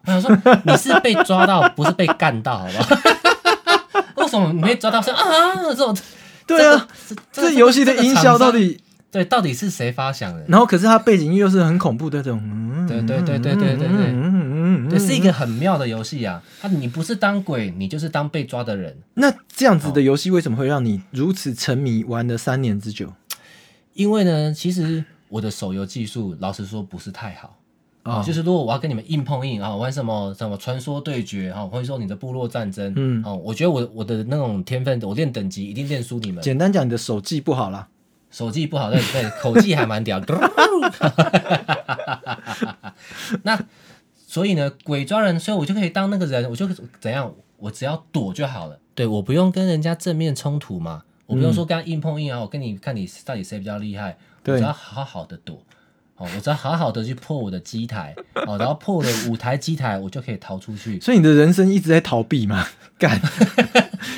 A: 我想说你是被抓到，不是被干到，好不好？ 为什么你被抓到是啊这种？
B: 对啊，
A: 这个，
B: 这游戏的
A: 这个
B: 音
A: 厂
B: 效到
A: 商
B: 底？
A: 对到底是谁发响的？
B: 然后可是他背景音又是很恐怖的那种，嗯
A: 对对对对对对对
B: 嗯
A: 对，是一个很妙的游戏啊！它你不是当鬼，你就是当被抓的人。
B: 那这样
A: 哦
B: 子的游戏为什么会让你如此沉迷，玩了三年之久？
A: 因为呢，其实我的手游技术，老实说不是太好。啊、
B: 哦
A: 就是如果我要跟你们硬碰硬啊，玩什么什么传说对决啊，或者说你的部落战争，
B: 嗯
A: 啊，我觉得我我的那种天分，我练等级一定练输你们。
B: 简单讲，你的手技不好啦。
A: 手技不好，对对，口技还蛮屌。 那所以呢，鬼抓人，所以我就可以当那个人，我就怎样，我只要躲就好了。嗯对，我不用跟人家正面冲突嘛，我不用说跟他硬碰硬啊，我跟你看你到底谁比较厉害，我
B: 对
A: 只要好好的躲。哦，我只要好好的去破我的机台， 哦，然后破了五台机台，我就可以逃出去。
B: 所以你的人生一直在逃避嘛？ 干，
A: 哦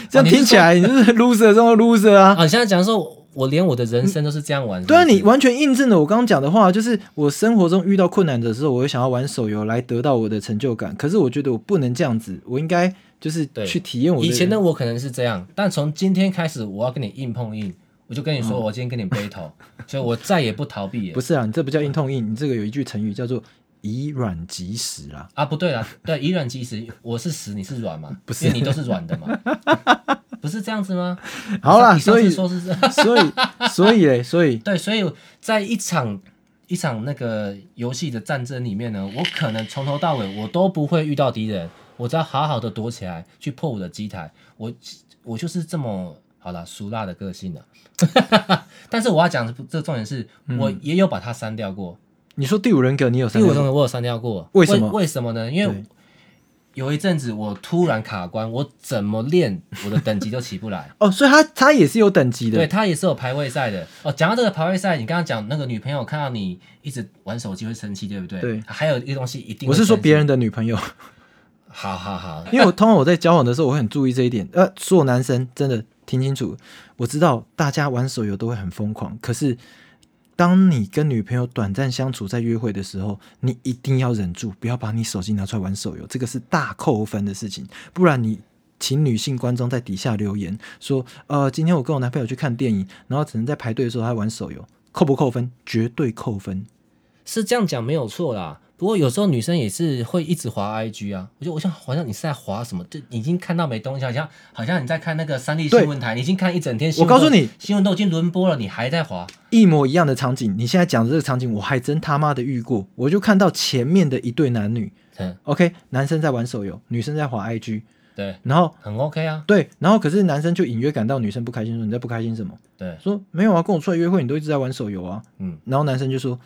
B: 这样听起来你就是 loser 中的 loser 啊！
A: 啊，你现在讲说，我我连我的人生都是这样玩。
B: 对啊，
A: 是不是
B: 你完全印证了我刚刚讲的话，就是我生活中遇到困难的时候，我会想要玩手游来得到我的成就感。可是我觉得我不能这样子，我应该就是
A: 对
B: 去体 验我
A: 以前
B: 的
A: 的我可能是这样，但从今天开始，我要跟你硬碰硬，我就跟你说，我今天跟你 battle，所以我再也不逃避
B: 嗯不
A: 了。
B: 是啊，你这不叫硬痛硬，你这个有一句成语叫做以软击石啦。
A: 啊，不对啦，对，以软击石，我是石，你是软嘛？
B: 不是
A: 因为你都是软的 嘛？不是这样子吗？
B: 好啦，
A: 你上
B: 所以
A: 你上次说是这
B: 所以所以嘞，所以
A: 对，所以在一场一场那个游戏的战争里面呢，我可能从头到尾我都不会遇到敌人，我只要好好的躲起来，去破我的机台，我我就是这么好了，俗辣的个性啊。 但是我要讲的这重点是，
B: 嗯
A: 我也有把它删掉过，
B: 你说第五人格你有
A: 第
B: 三
A: 五
B: 个
A: 种的我有删掉过，
B: 为什么
A: 为什么呢？因为
B: 对
A: 有一阵子我突然卡关，我怎么练我的等级都起不来。
B: 哦，所以他他也是有等级
A: 对
B: 的，
A: 他也是有排位赛的哦。讲到这个排位赛，你刚刚讲那个女朋友看到你一直玩手机会生气，对不对？
B: 对
A: 还有一个东西一定
B: 我
A: 会
B: 是说
A: 生气
B: 别人。的女朋友。
A: 好好好，
B: 因为我通常我在交往的时候，我会很注意这一点。 呃，所有男生真的听清楚，我知道大家玩手游都会很疯狂，可是当你跟女朋友短暂相处、在约会的时候，你一定要忍住，不要把你手机拿出来玩手游，这个是大扣分的事情，不然你。请女性观众在底下留言说：“呃，今天我跟我男朋友去看电影，然后只能在排队的时候还玩手游，扣不扣分？绝对扣分！
A: 是这样讲没有错啦。不过有时候女生也是会一直滑 IG 啊，我觉得我像好像你是在滑什么，就已经看到没东西，好像好像你在看那个三立
B: 对
A: 新闻台，你已经看一整天新闻都。
B: 我告诉你
A: 新闻都已经轮播了，你还在滑。
B: 一模一样的场景，你现在讲的这个场景，我还真他妈的遇过。我就看到前面的一对男女
A: 嗯，
B: ，OK，男生在玩手游，女生在滑 IG，
A: 对，
B: 然后
A: 很 OK 啊，
B: 对，然后可是男生就隐约感到女生不开心，说你在不开心什么？
A: 对，
B: 说没有啊，跟我出来约会，你都一直在玩手游啊。
A: 嗯，
B: 然后男生就说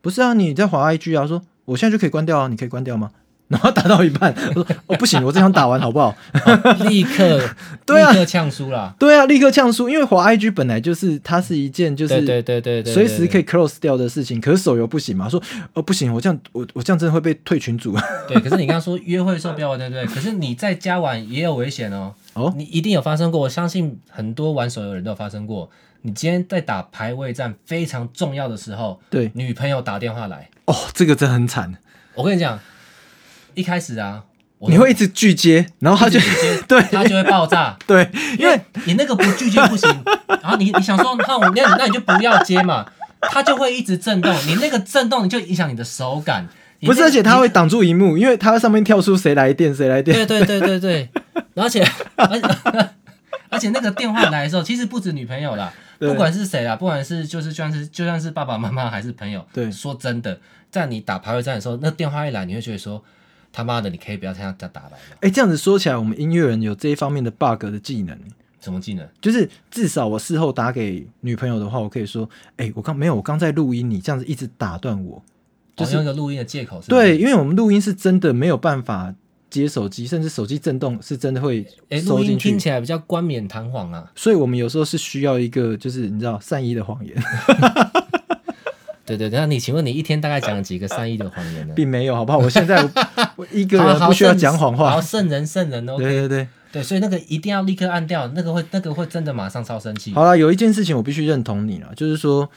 B: 不是啊，你在滑 IG 啊。说我现在就可以关掉啊，你可以关掉吗？ 然后打到一半，我说哦不行，我只想打完好不好？
A: 哦立刻
B: 对啊
A: 立刻呛输啦，
B: 对啊，立刻呛输，因为滑 IG 本来就是它是一件就是
A: 对对对对对，
B: 随时可
A: 以，
B: 以 close 掉的事情，可是手游不行嘛？说哦不行，我这样我我这样真的会被退群组。啊
A: 对。可是你刚刚说约会的时候不要玩，对不对？可是你在家玩也有危险哦。
B: 哦
A: 你一定有发生过，我相信很多玩手游的人都有发生过。你今天在打排位战非常重要的时候，
B: 对，
A: 女朋友打电话来，
B: 哦，这个真的很惨，
A: 我跟你讲，一开始啊，我
B: 你会一直拒接，然后他就对
A: 他就会爆炸，
B: 对， 因为
A: 你那个不拒接 不行。然后你你想说，那我那你那你就不要接嘛，他就会一直震动，你那个震动你就影响你的手感。你
B: 不是，
A: 那个
B: 而且他会挡住荧幕，因为他在上面跳出谁来电谁来电。
A: 对对对对对，而且而且 而且那个电话来的时候，其实不止女朋友啦，
B: 对
A: 不管是谁啦，不管是就是就算是就算是爸爸妈妈还是朋友，
B: 对
A: 说真的，在你打排位战的时候，那电话一来，你会觉得说他妈的，你可以不要这样打打来吗？
B: 哎，这样子说起来，我们音乐人有这一方面的 bug 的技能，
A: 什么技能？
B: 就是至少我事后打给女朋友的话，我可以说，哎，我刚没有，我刚在录音，你这样子一直打断我。
A: 就
B: 就是
A: 用一个录音的借口是不是
B: 对，，因为我们录音是真的没有办法接手机，甚至手机震动是真的会
A: 哎，录
B: 收
A: 音
B: 进去
A: 听。起来比较冠冕堂皇啊。
B: 所以我们有时候是需要一个，就是你知道善意的谎言，
A: 对对，对那你请问你一天大概讲了 几个善意的谎言呢？
B: 并没有，好不好？我现在我我一个
A: 好
B: 人
A: 好
B: 不需要
A: 圣
B: 讲谎
A: 好
B: 话。
A: 圣人圣人哦。
B: 对对对，
A: 对，所以那个一定要立刻按掉，那个会那个会真的马上超生气。
B: 好啦，有一件事情我必须认同你了，就是说，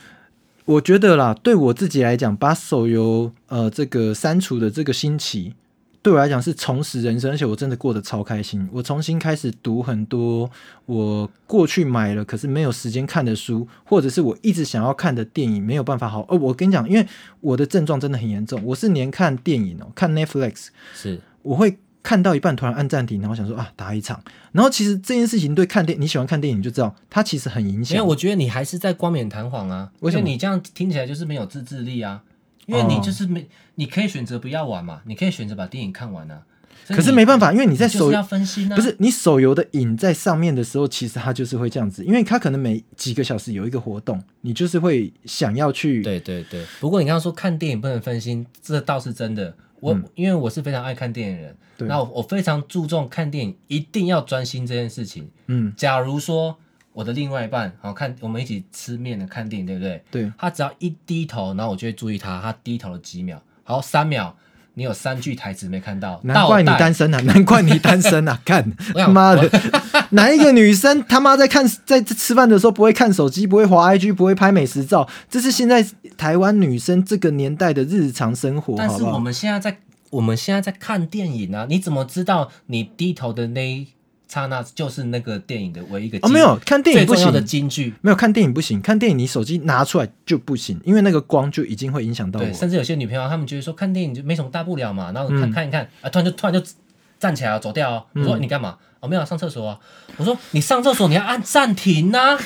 B: 我觉得啦，对我自己来讲，把手游呃这个删除的这个兴起，对我来讲是重拾人生，而且我真的过得超开心。我重新开始读很多我过去买了可是没有时间看的书，或者是我一直想要看的电影没有办法好。哦，我跟你讲，因为我的症状真的很严重，我是连看电影哦，看 Netflix
A: 是，
B: 我会看到一半突然按暂停，然后想说啊打一场，然后其实这件事情对看电你喜欢看电影你就知道，它其实很影
A: 因为
B: 响。
A: 我觉得你还是在冠冕堂皇啊，
B: 为
A: 因
B: 什么
A: 为你这样听起来就是没有自制力啊，因为你就是没，你可以选择不要玩嘛，你可以选择把电影看完啊。
B: 可是没办
A: 法，
B: 法，因为你
A: 你
B: 在
A: 就
B: 手
A: 是要分心啊，
B: 不是你手游的瘾在上面的时候，其实它就是会这样子，因为它可能每几个小时有一个活动，你就是会想要去。
A: 对对对，不过你刚刚说看电影不能分心，这倒是真的。我、因为我是非常爱看电影的人，
B: 嗯对
A: 那我我非常注重看电影一定要专心这件事情。
B: 嗯，
A: 假如说我的另外一半，好看我们一起吃面的看电影，对不对？
B: 对，
A: 他只要一低头，然后我就会注意他，他低头了几秒，好三秒，你有三句台词没看到，
B: 难怪你
A: 倒带
B: 单身啊，难怪你单 身啊！看
A: 我想
B: 妈的， 哪一个女生他妈在看在吃饭的时候不会看手机，不会滑 IG，不会拍美食照？这是现在台湾女生这个年代的日常生活，
A: 但
B: 好
A: 是
B: 不
A: 我
B: 好？
A: 们现在在我们现在在看电影啊，你怎么知道你低头的那一刹那就是那个电影的唯一一个
B: 哦，
A: 金
B: 没有看电
A: 最
B: 影不
A: 重要的
B: 行
A: 金句？
B: 没有看电影不行，看电影你手机拿出来就不行，因为那个光就已经会影响到
A: 对，
B: 我。
A: 甚至有些女朋友她们觉得说看电影就没什么大不了嘛，然后看、
B: 嗯
A: 看一看啊，突然就突然就站起来了走掉、哦。我说你干嘛？哦，没有上厕所啊。我说你上厕所你要按暂停呐、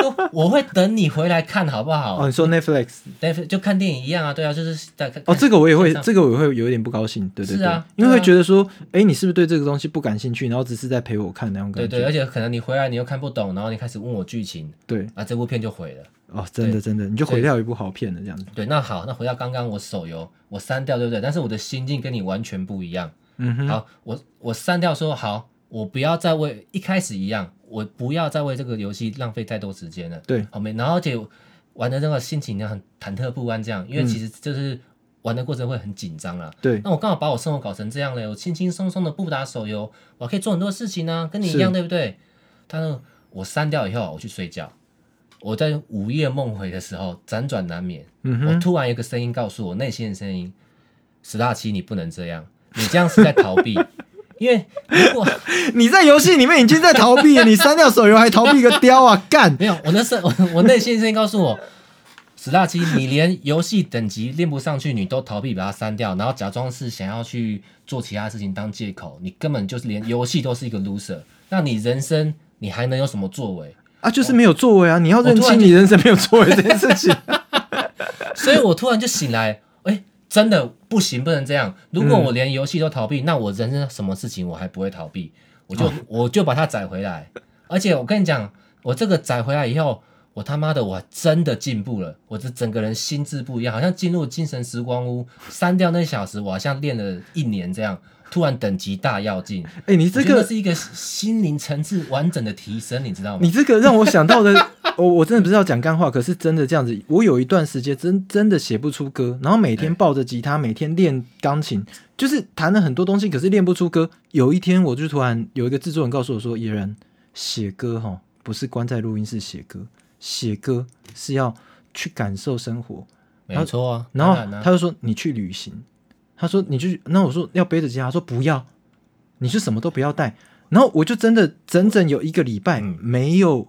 A: 我我会等你回来看好不好
B: 哦，？你说 Netflix
A: 对，就看电影一样啊，对啊，就是在看
B: 哦，这个我也会
A: 看，上
B: 这个我也会有点不高兴，对对
A: 是
B: 对，
A: 啊
B: 因为
A: 对啊
B: 会觉得说，哎、你是不是对这个东西不感兴趣，然后只是在陪我看那种
A: 对
B: 感觉？
A: 对，而且可能你回来你又看不懂，然后你开始问我剧情
B: 对
A: 啊，这部片就毁了。
B: 哦，真的真的，你就毁掉一部好片了这样子。
A: 对，那好，那回到刚刚我手游，我删掉，对不对？但是我的心境跟你完全不一样。
B: 嗯哼，
A: 好，我我删掉说好，我不要再为一开始一样，我不要再为这个游戏浪费太多时间了。哦
B: 对，
A: 好没，然后而且玩的那个心情呢很忐忑不安，这样，因
B: 嗯
A: 为其实就是玩的过程会很紧张啊啦。
B: 对，
A: 那我刚好把我生活搞成这样嘞，我轻轻松松的不打手游，我可以做很多事情啊，跟你一样，
B: 是
A: 对不对？但是我删掉以后，我去睡觉，我在午夜梦回的时候辗转难眠，
B: 嗯
A: 我
B: 哼，
A: 突然有一个声音告诉我，内心的声音，史大七，你不能这样，你这样是在逃 避，因为如果
B: 你在游戏里面已经在逃避了，你删掉手游还逃避个雕啊，干！
A: 没有我那声，我我内心的声音告诉我，史拉基，你连游戏等级练不上去，你都逃避把它删掉，然后假装是想要去做其他事情当借口，你根本就是连游戏都是一个 loser。那你人生你还能有什么作为？
B: 啊，就是没有作为啊！你要认
A: 我突然
B: 清你人生没有作为这件事 情。
A: 所以我突然就醒来，哎，真的不行，不能这样。如果我连游戏都逃避，那我人生什么事情我还不会逃避？我
B: 哦
A: 就、我就把它载回来。而且我跟你讲，我这个载回来以后，我他妈的我还真的进步了，我这整个人心智不一样，好像进入精神时光屋，删掉那小时，我好像练了一年这样。突然等级大跃进，
B: 哎、你这
A: 我觉得
B: 个
A: 是一个心灵层次完整的提升，你知道吗？
B: 你这个让我想到的， 我我真的不是要讲干话，可是真的这样子，我有一段时间真真的写不出歌，然后每天抱着吉他，每天练钢琴，就是弹了很多东西，可是练不出歌。有一天，我就突然有一个制作人告诉我说：“野人写歌哈，不是关在录音室写歌，写歌是要去感受生活。”
A: 没错啊，
B: 然后
A: 当啊
B: 他就说：“你去旅行。”他说：“你去。”那我说：“要背着吉他。”他说：“不要，你是什么都不要带。”然后我就真的整整有一个礼拜
A: 嗯
B: 没有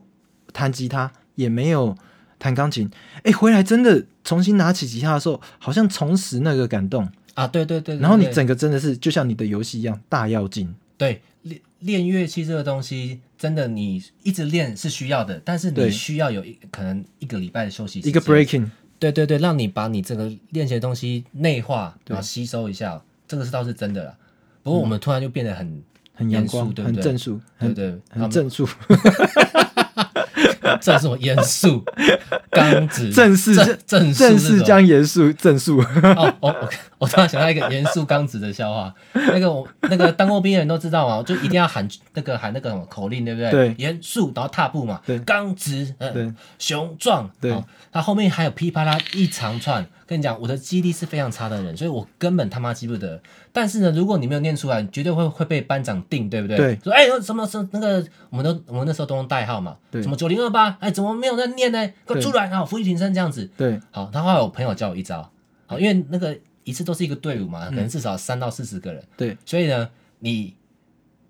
B: 弹吉他，也没有弹钢琴。哎，回来真的重新拿起吉他的时候，好像重拾那个感动。
A: 啊，对对对对
B: 然后你
A: 对
B: 整个真的是就像你的游戏一样大跃进。
A: 对，练练乐器这个东西，真的你一直练是需要的，但是你
B: 对
A: 需要有一可能一个礼拜的休息时间，
B: 一个 breaking，
A: 对对对，让你把你这个练习的东西内化，然后吸收一下，这个是倒是真的啦。不过我们突然就变得很，
B: 很阳光
A: 严肃，对不
B: 很
A: 对
B: 正肃，嗯很
A: 对对，
B: 很正肃，
A: 啊，这是我严 肃、刚直、
B: 正式
A: 正正
B: 正
A: 式
B: 式将严肃正肃。
A: 哦，我我我突然想到一个严肃刚直的笑话，那个我那个当过兵的人都知道嘛，哦就一定要喊那个喊那个什么口令，对不对？
B: 对
A: 严肃，然后踏步嘛，
B: 对
A: 刚直，嗯、
B: 对
A: 雄壮，
B: 对
A: 哦他后面还有噼啪啦一长串。跟你讲，我的记忆力是非常差的人，所以我根本他妈记不得。但是呢，如果你没有念出来，你绝对会会被班长定，对不对？
B: 对
A: 说哎、什么什么那个，我们都我们那时候都用代号嘛，
B: 对
A: 什么九零二八，哎，怎么没有在念呢？快
B: 对
A: 出来，好，伏地挺身这样子。
B: 对，
A: 好，然后后来我朋友教我一招，好，因为那个一次都是一个队伍
B: 嗯
A: 嘛，可能至少三到四十个人，
B: 对，
A: 所以呢，你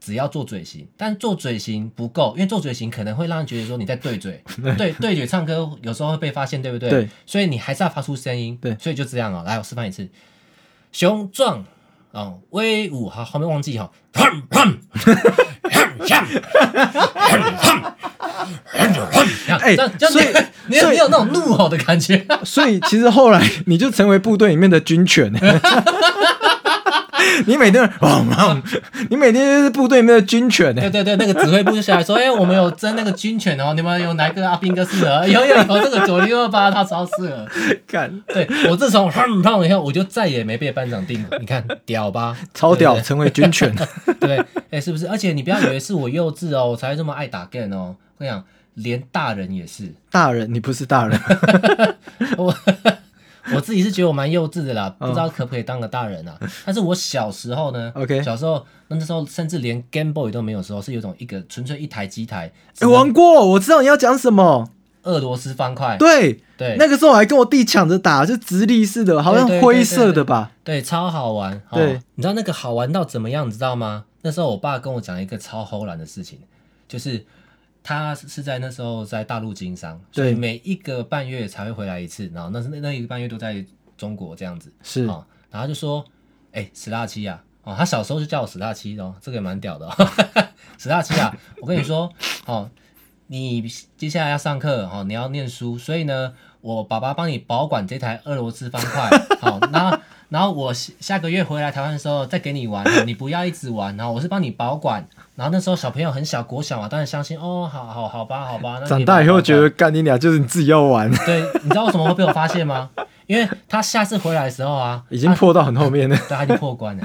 A: 只要做嘴型，但做嘴型不够，因为做嘴型可能会让人觉得说你在对 嘴，对对嘴唱歌有时候会被发现，对不对？
B: 对，
A: 所以你还是要发出声音，
B: 对
A: 所以就这样哦，来，我示范一次，雄壮。哦，威武，好，后面忘记哈，哼哼哼哼哼哼
B: 哎
A: 这样这样
B: 所以
A: 你你
B: 所以
A: 你有那种怒吼的感觉，
B: 所以其实后来你就成为部队里面的军犬。 你每天 哦，妈你每天就是部队里面的军犬呢
A: 对。对对，那个指挥部就下来说：“哎、我们有争那个军犬哦，你们有哪一个阿 兵哥适合？有有有，这个九零二八他超适合。
B: 干，
A: 对”我自从哼哼以后，我就再也没被班长定过。你看屌吧，
B: 超屌，
A: 对
B: 成为军 犬。
A: 不对？对不对哎、是不是？而且你不要以为是我幼稚哦，我才会这么爱打 game 哦。我跟你讲，连大人也是，
B: 大人，你不是大 人，
A: 我 我自己是觉得我蛮幼稚的啦，
B: 嗯
A: 不知道可不可以当个大人啊。但是我小时候呢
B: OK
A: 小时候那时候甚至连 Game Boy 都没有的时候，是有种一个纯粹一台机台，
B: 哎王过，我知道你要讲什么。
A: 俄罗斯方块，
B: 对，
A: 对
B: 那个时候我还跟我弟抢着打，就直立式的，好像
A: 对对对
B: 灰色的吧？
A: 对，超好玩。哦、
B: 对，
A: 你知道那个好玩到怎么样，你知道吗？那时候我爸跟我讲一个超齁懒的事情，就是他是在那时候在大陆经商，所以
B: 对
A: 每一个半月才会回来一次，然后那是那那一个半月都在中国这样子。
B: 是
A: 哦，然后就说，哎、史大七啊，哦，他小时候就叫我史大七的哦，这个也蛮屌的、哦， 史大七啊，我跟你说，哦，你接下来要上课哦，你要念书，所以呢，我爸爸帮你保管这台俄罗斯方块，好、 然后然后我下下个月回来台湾的时候再给你玩，哦你不要一直玩，哦然后我是帮你保管，然后那时候小朋友很小，国小嘛，当然相信，哦，好好好吧，好吧，那你
B: 长
A: 也
B: 大
A: 帮
B: 以
A: 我
B: 后
A: 保
B: 觉
A: 管
B: 得干你俩就是你自己要玩，
A: 对，你知道为什么会被我发现吗？因为他下次回来的时候啊，
B: 已经破到很后面了。
A: 对，他已经破关 了。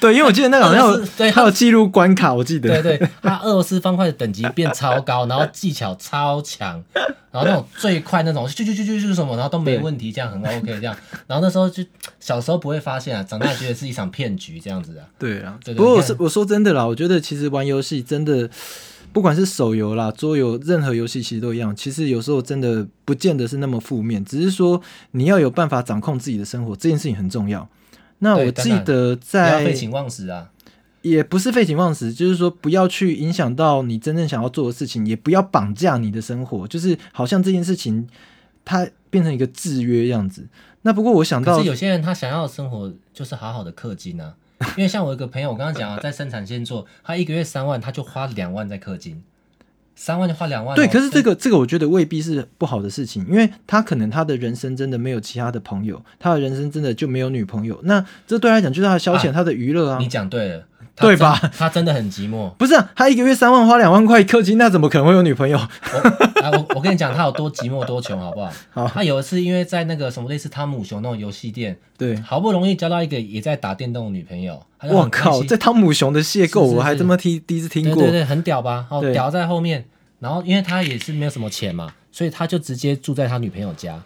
B: 对，因为我记得那个好 像
A: 俄
B: 有
A: 罗斯对
B: 还有记录关卡，我记
A: 对
B: 得。
A: 对，他俄罗斯方块的等级变超高，然后技巧超强，然后那种最快那种，就就就就就什么，然后都没问题，这样很 OK 这样。然后那时候就小时候不会发现啊，长大觉得是一场骗局这样子啊。
B: 对啊
A: 对对，
B: 不过
A: 你
B: 我
A: 看
B: 是我说真的啦，我觉得其实玩游戏真的，不管是手游啦、桌游，任何游戏其实都一样。其实有时候真的不见得是那么负面，只是说你要有办法掌控自己的生活，这件事情很重要。那
A: 对
B: 我
A: 当
B: 记
A: 然
B: 得
A: 不要
B: 在
A: 废寝忘食啊。
B: 也不是废寝忘食，就是说不要去影响到你真正想要做的事情，也不要绑架你的生活，就是好像这件事情它变成一个制约样子。那不过我想
A: 可
B: 到
A: 是，有些人他想要的生活就是好好的氪金啊，因为像我一个朋友，我刚刚讲啊，在生产线做，他一个月三万，他就花两万在氪金，三万就花两万哦、
B: 对，可是这
A: 个
B: 个这个我觉得未必是不好的事情，因为他可能他的人生真的没有其他的朋友，他的人生真的就没有女朋友，那这对他来讲就是他的消遣，
A: 啊
B: 他的娱乐啊
A: 你。讲对了，他
B: 对
A: 真
B: 吧？
A: 他真的很寂寞。
B: 不是啊，他一个月三万花两万块氪金，那怎么可能会有女朋友？
A: 我啊，我我跟你讲，他有多寂寞多穷，好不好？
B: 好
A: 他有一次因为在那个什么类似汤姆熊那种游戏店，
B: 对，
A: 好不容易交到一个也在打电动的女朋友，他就
B: 我
A: 很开
B: 靠，
A: 心
B: 这汤姆熊的邂逅
A: 是是
B: 我还
A: 是
B: 他妈第第一次听
A: 对
B: 过
A: 对。对，很屌吧？哦
B: 对，
A: 屌在后面。然后因为他也是没有什么钱嘛，所以他就直接住在他女朋友家。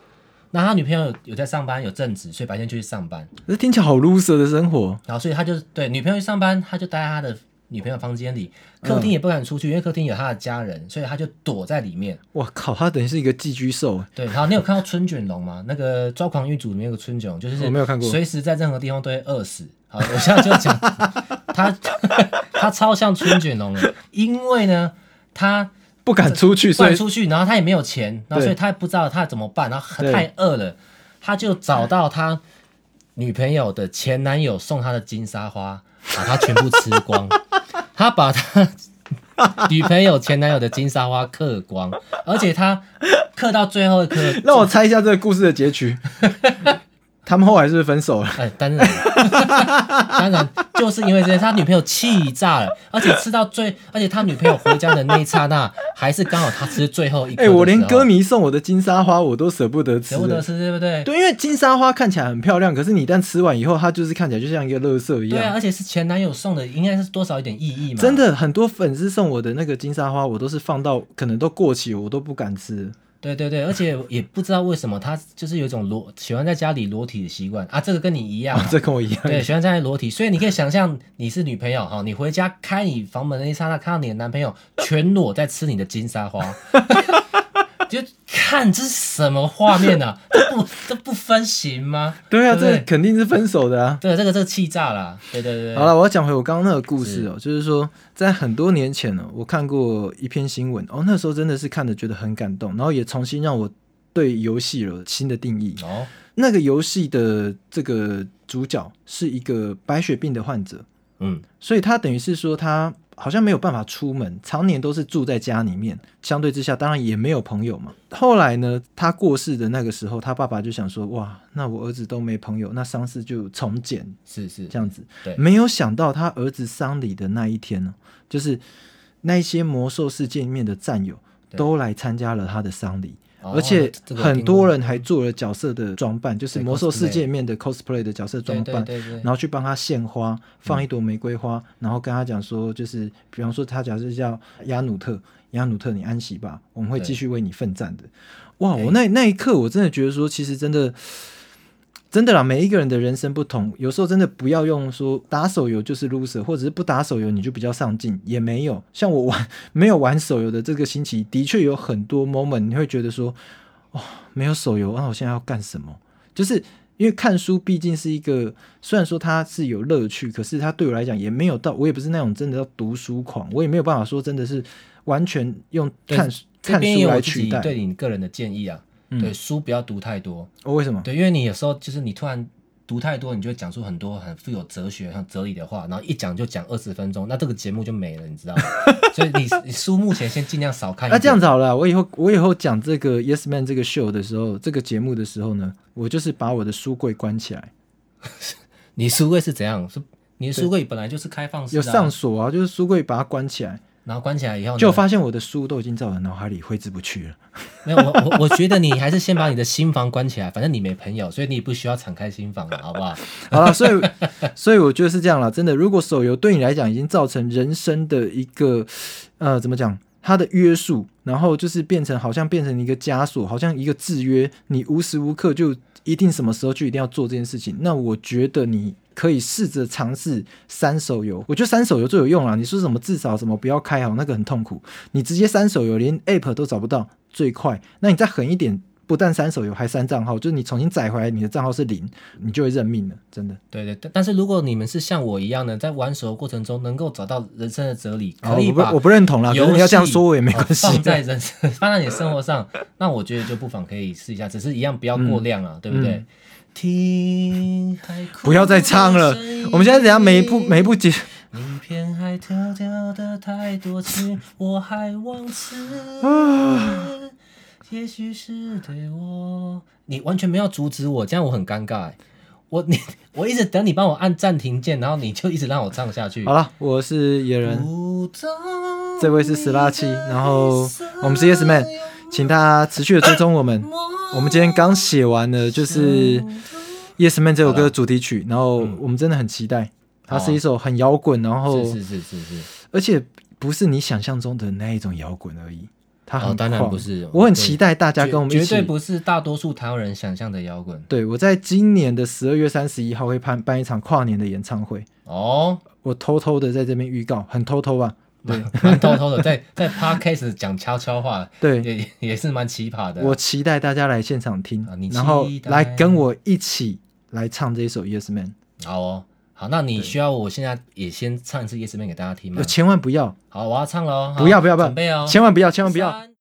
A: 那他女朋友有有在上班，有正职，所以白天就去上班。
B: 这听起来好 loser 的生活。
A: 然后所以他就对女朋友去上班，他就待在他的女朋友房间里，客
B: 嗯
A: 厅也不敢出去，因为客厅有他的家人，所以他就躲在里面。
B: 我靠，他等于是一个寄居兽。
A: 对，然后你有看到春卷龙吗？那个《抓狂狱组》里面有个春卷龙，就是
B: 哦我没有看过
A: 随时在任何地方都会饿死。好，我现在就讲他，他超像春卷龙的，因为呢，他
B: 不敢出去，所
A: 灌
B: 以
A: 出去，然后他也没有钱，然后
B: 对
A: 所以他也不知道他怎么办，然后
B: 对
A: 太饿了，他就找到他女朋友的前男友送他的金沙花，把它全部吃光，他把他女朋友前男友的金沙花嗑光，而且他嗑到最后一颗，
B: 让我猜一下这个故事的结局。 他们后来是不是 分手了？
A: 哎，当然，当然，就是因为这件事，他女朋友气炸了，而且吃到最，而且他女朋友回家的那一刹那，还是刚好他吃最后一颗的
B: 哎、
A: 时候。
B: 我连歌迷送我的金沙花我都舍不得吃。
A: 舍不得吃，对不对？
B: 对，因为金沙花看起来很漂亮，可是你一旦吃完以后，它就是看起来就像一个垃圾一
A: 对啊，
B: 样。
A: 而且是前男友送的，应该是多少有点意义嘛。
B: 真，的，很多粉丝送我的那个金沙花，我都是放到可能都过期，我都不敢吃。
A: 对对对，而且也不知道为什么他就是有一种裸喜欢在家里裸体的习惯啊，这个跟你一样啊、
B: 啊，这跟我一样。
A: 对，喜欢在家里裸体，所以你可以想象你是女朋 友哈，你回家开你房门的那一刹那，看到你的男朋友 全裸在吃你的金沙 花，就看这是什么画面啊？ 这不这不分型吗？
B: 对
A: 对
B: 啊，
A: 不
B: 这
A: 对
B: 肯定是分手的啊。
A: 对，这个这个气炸了啊，对对对，对
B: 好，了，我要讲回我刚刚那个故事哦、就是说，在很多年前呢、我看过一篇新闻哦，那时候真的是看的觉得很感动，然后也重新让我对游戏有新的定义。
A: 哦，
B: 那个游戏的这个主角是一个白血病的患者，
A: 嗯，
B: 所以他等于是说他好像没有办法出门，常年都是住在家里面，相对之下当然也没有朋友嘛。后来呢，他过世的那个时候，他爸爸就想说，哇，那我儿子都没朋友，那丧事就重简
A: 是是
B: 这样子。
A: 对
B: 没有想到他儿子丧礼的那一天呢、就是那一些魔兽世界里面的战友
A: 对
B: 都来参加了他的丧礼，
A: 哦
B: 而且
A: 这个我
B: 很
A: 听过
B: 多人还做了角色的装扮，就是
A: 对
B: 魔兽
A: cosplay
B: 世界里面的 cosplay 的角色装
A: 对对
B: 扮。
A: 对对，嗯
B: 然后去帮他献花，放一朵玫瑰花，然后跟他讲说，就是比方说他假设叫亚努特，亚努特你安息吧，我们会
A: 对哎
B: 继续为你奋战的。哇，我那那一刻我真的觉得说，其实真的。真的啦，每一个人的人生不同，有时候真的不要用说打手游就是 loser，或者是不打手游你就比较上进，也没有。像我玩没有玩手游的这个星期，的确有很多 moment 你会觉得说，哦，没有手游，那、我现在要干什么？就是因为看书毕竟是一个，虽然说它是有乐趣，可是它对我来讲也没有到，我也不是那种真的要读书狂，我也没有办法说真的是完全用
A: 对
B: 看
A: 这
B: 看
A: 边也
B: 书
A: 有
B: 来
A: 我自
B: 取
A: 己
B: 代。
A: 对你个人的建议啊，
B: 嗯
A: 对书不要读太多，
B: 哦，为什么？
A: 对，因为你有时候就是你突然读太多，你就会讲出很多很富有哲学、很哲理的话，然后一讲就讲二十分钟，那这个节目就没了，你知道吗？所以你你书目前先尽量少看一点。
B: 那、这样子好了，我以后我以后讲这个 Yes Man 这个秀的时候，这个节目的时候呢，我就是把我的书柜关起来，
A: 你书柜是怎样？是你的书柜本来就是开放式的、
B: 有
A: 啊，哦
B: 上锁啊，就是书柜把它关起来，
A: 然后关起来以后呢，
B: 就发现我的书都已经在我的脑海里挥之不去了。
A: 没有我我我觉得你还是先把你的心房关起来，反正你没朋友，所以你也不需要敞开心房了，好不好？
B: 好了，所以所以我觉得是这样了。真的，如果手游对你来讲已经造成人生的一个呃，怎么讲，它的约束，然后就是变成好像变成一个枷锁，好像一个制约，你无时无刻就一定什么时候就一定要做这件事情。那我觉得你。可以试着尝试删手游，我觉得删手游最有用了。你说什么至少什么不要开好，那个很痛苦。你直接删手游，连 App 都找不到，最快。那你再狠一点，不但三手游，还三账号，就是你重新载回来，你的账号是零，你就会认命了，真的。
A: 对对，但但是如果你们是像我一样的，在玩手游过程中能够找到人生的哲理，
B: 好
A: 可以
B: 哦我不
A: 把
B: 我不认同啦，啊可
A: 游
B: 是
A: 戏
B: 你要这样说我也没关系
A: 呃。放在人生放在你生活上，那我觉得就不妨可以试一下，只是一样不要
B: 嗯
A: 过量啊，对不对？听海哭
B: 不要再唱了
A: 的声音，
B: 我们现在等一下每一步每一步结，
A: 名片还跳掉的太多次，我还忘词。也许是对我，你完全没有阻止我，这样我很尴尬欸。我你我一直等你帮我按暂停键，然后你就一直让我唱下去。
B: 好了，我是野人，
A: 不懂你的
B: 这位是斯拉奇，然后
A: 所
B: 我们是 Yes Man，请大家持续的追踪我们。
A: 有
B: 我们今天刚写完了，就是《Yes Man》这首歌的主题曲，然后我们真的很期待。它是一首很摇滚，然后
A: 嗯是是是是是，
B: 而且不是你想象中的那一种摇滚而已，它很
A: 哦当然
B: 旷
A: 不是
B: 我很
A: 对
B: 期待大家跟我们
A: 绝
B: 一
A: 绝对
B: 起。
A: 不是大多数台湾人想象的摇滚
B: 对，我在今年的十二月三十一号会办办一场跨年的演唱会，
A: 哦，
B: 我偷偷的在这边预告，很偷偷啊。
A: 蛮蛮偷偷的，在在 podcast 讲悄悄话，
B: 对，
A: 也也是蛮奇葩的啊。
B: 我期待大家来现场听
A: 啊你，
B: 然后
A: 期待
B: 来跟我一起来唱这一首《Yes Man
A: 好哦，好，那你需要我现在也先唱一次《Yes Man》给大家听》，吗？
B: 呃千万不要，
A: 好，我要唱了哦，好
B: 不要，不要，不
A: 嗯准备哦
B: 要，，千万不要，千万不要。
A: 三。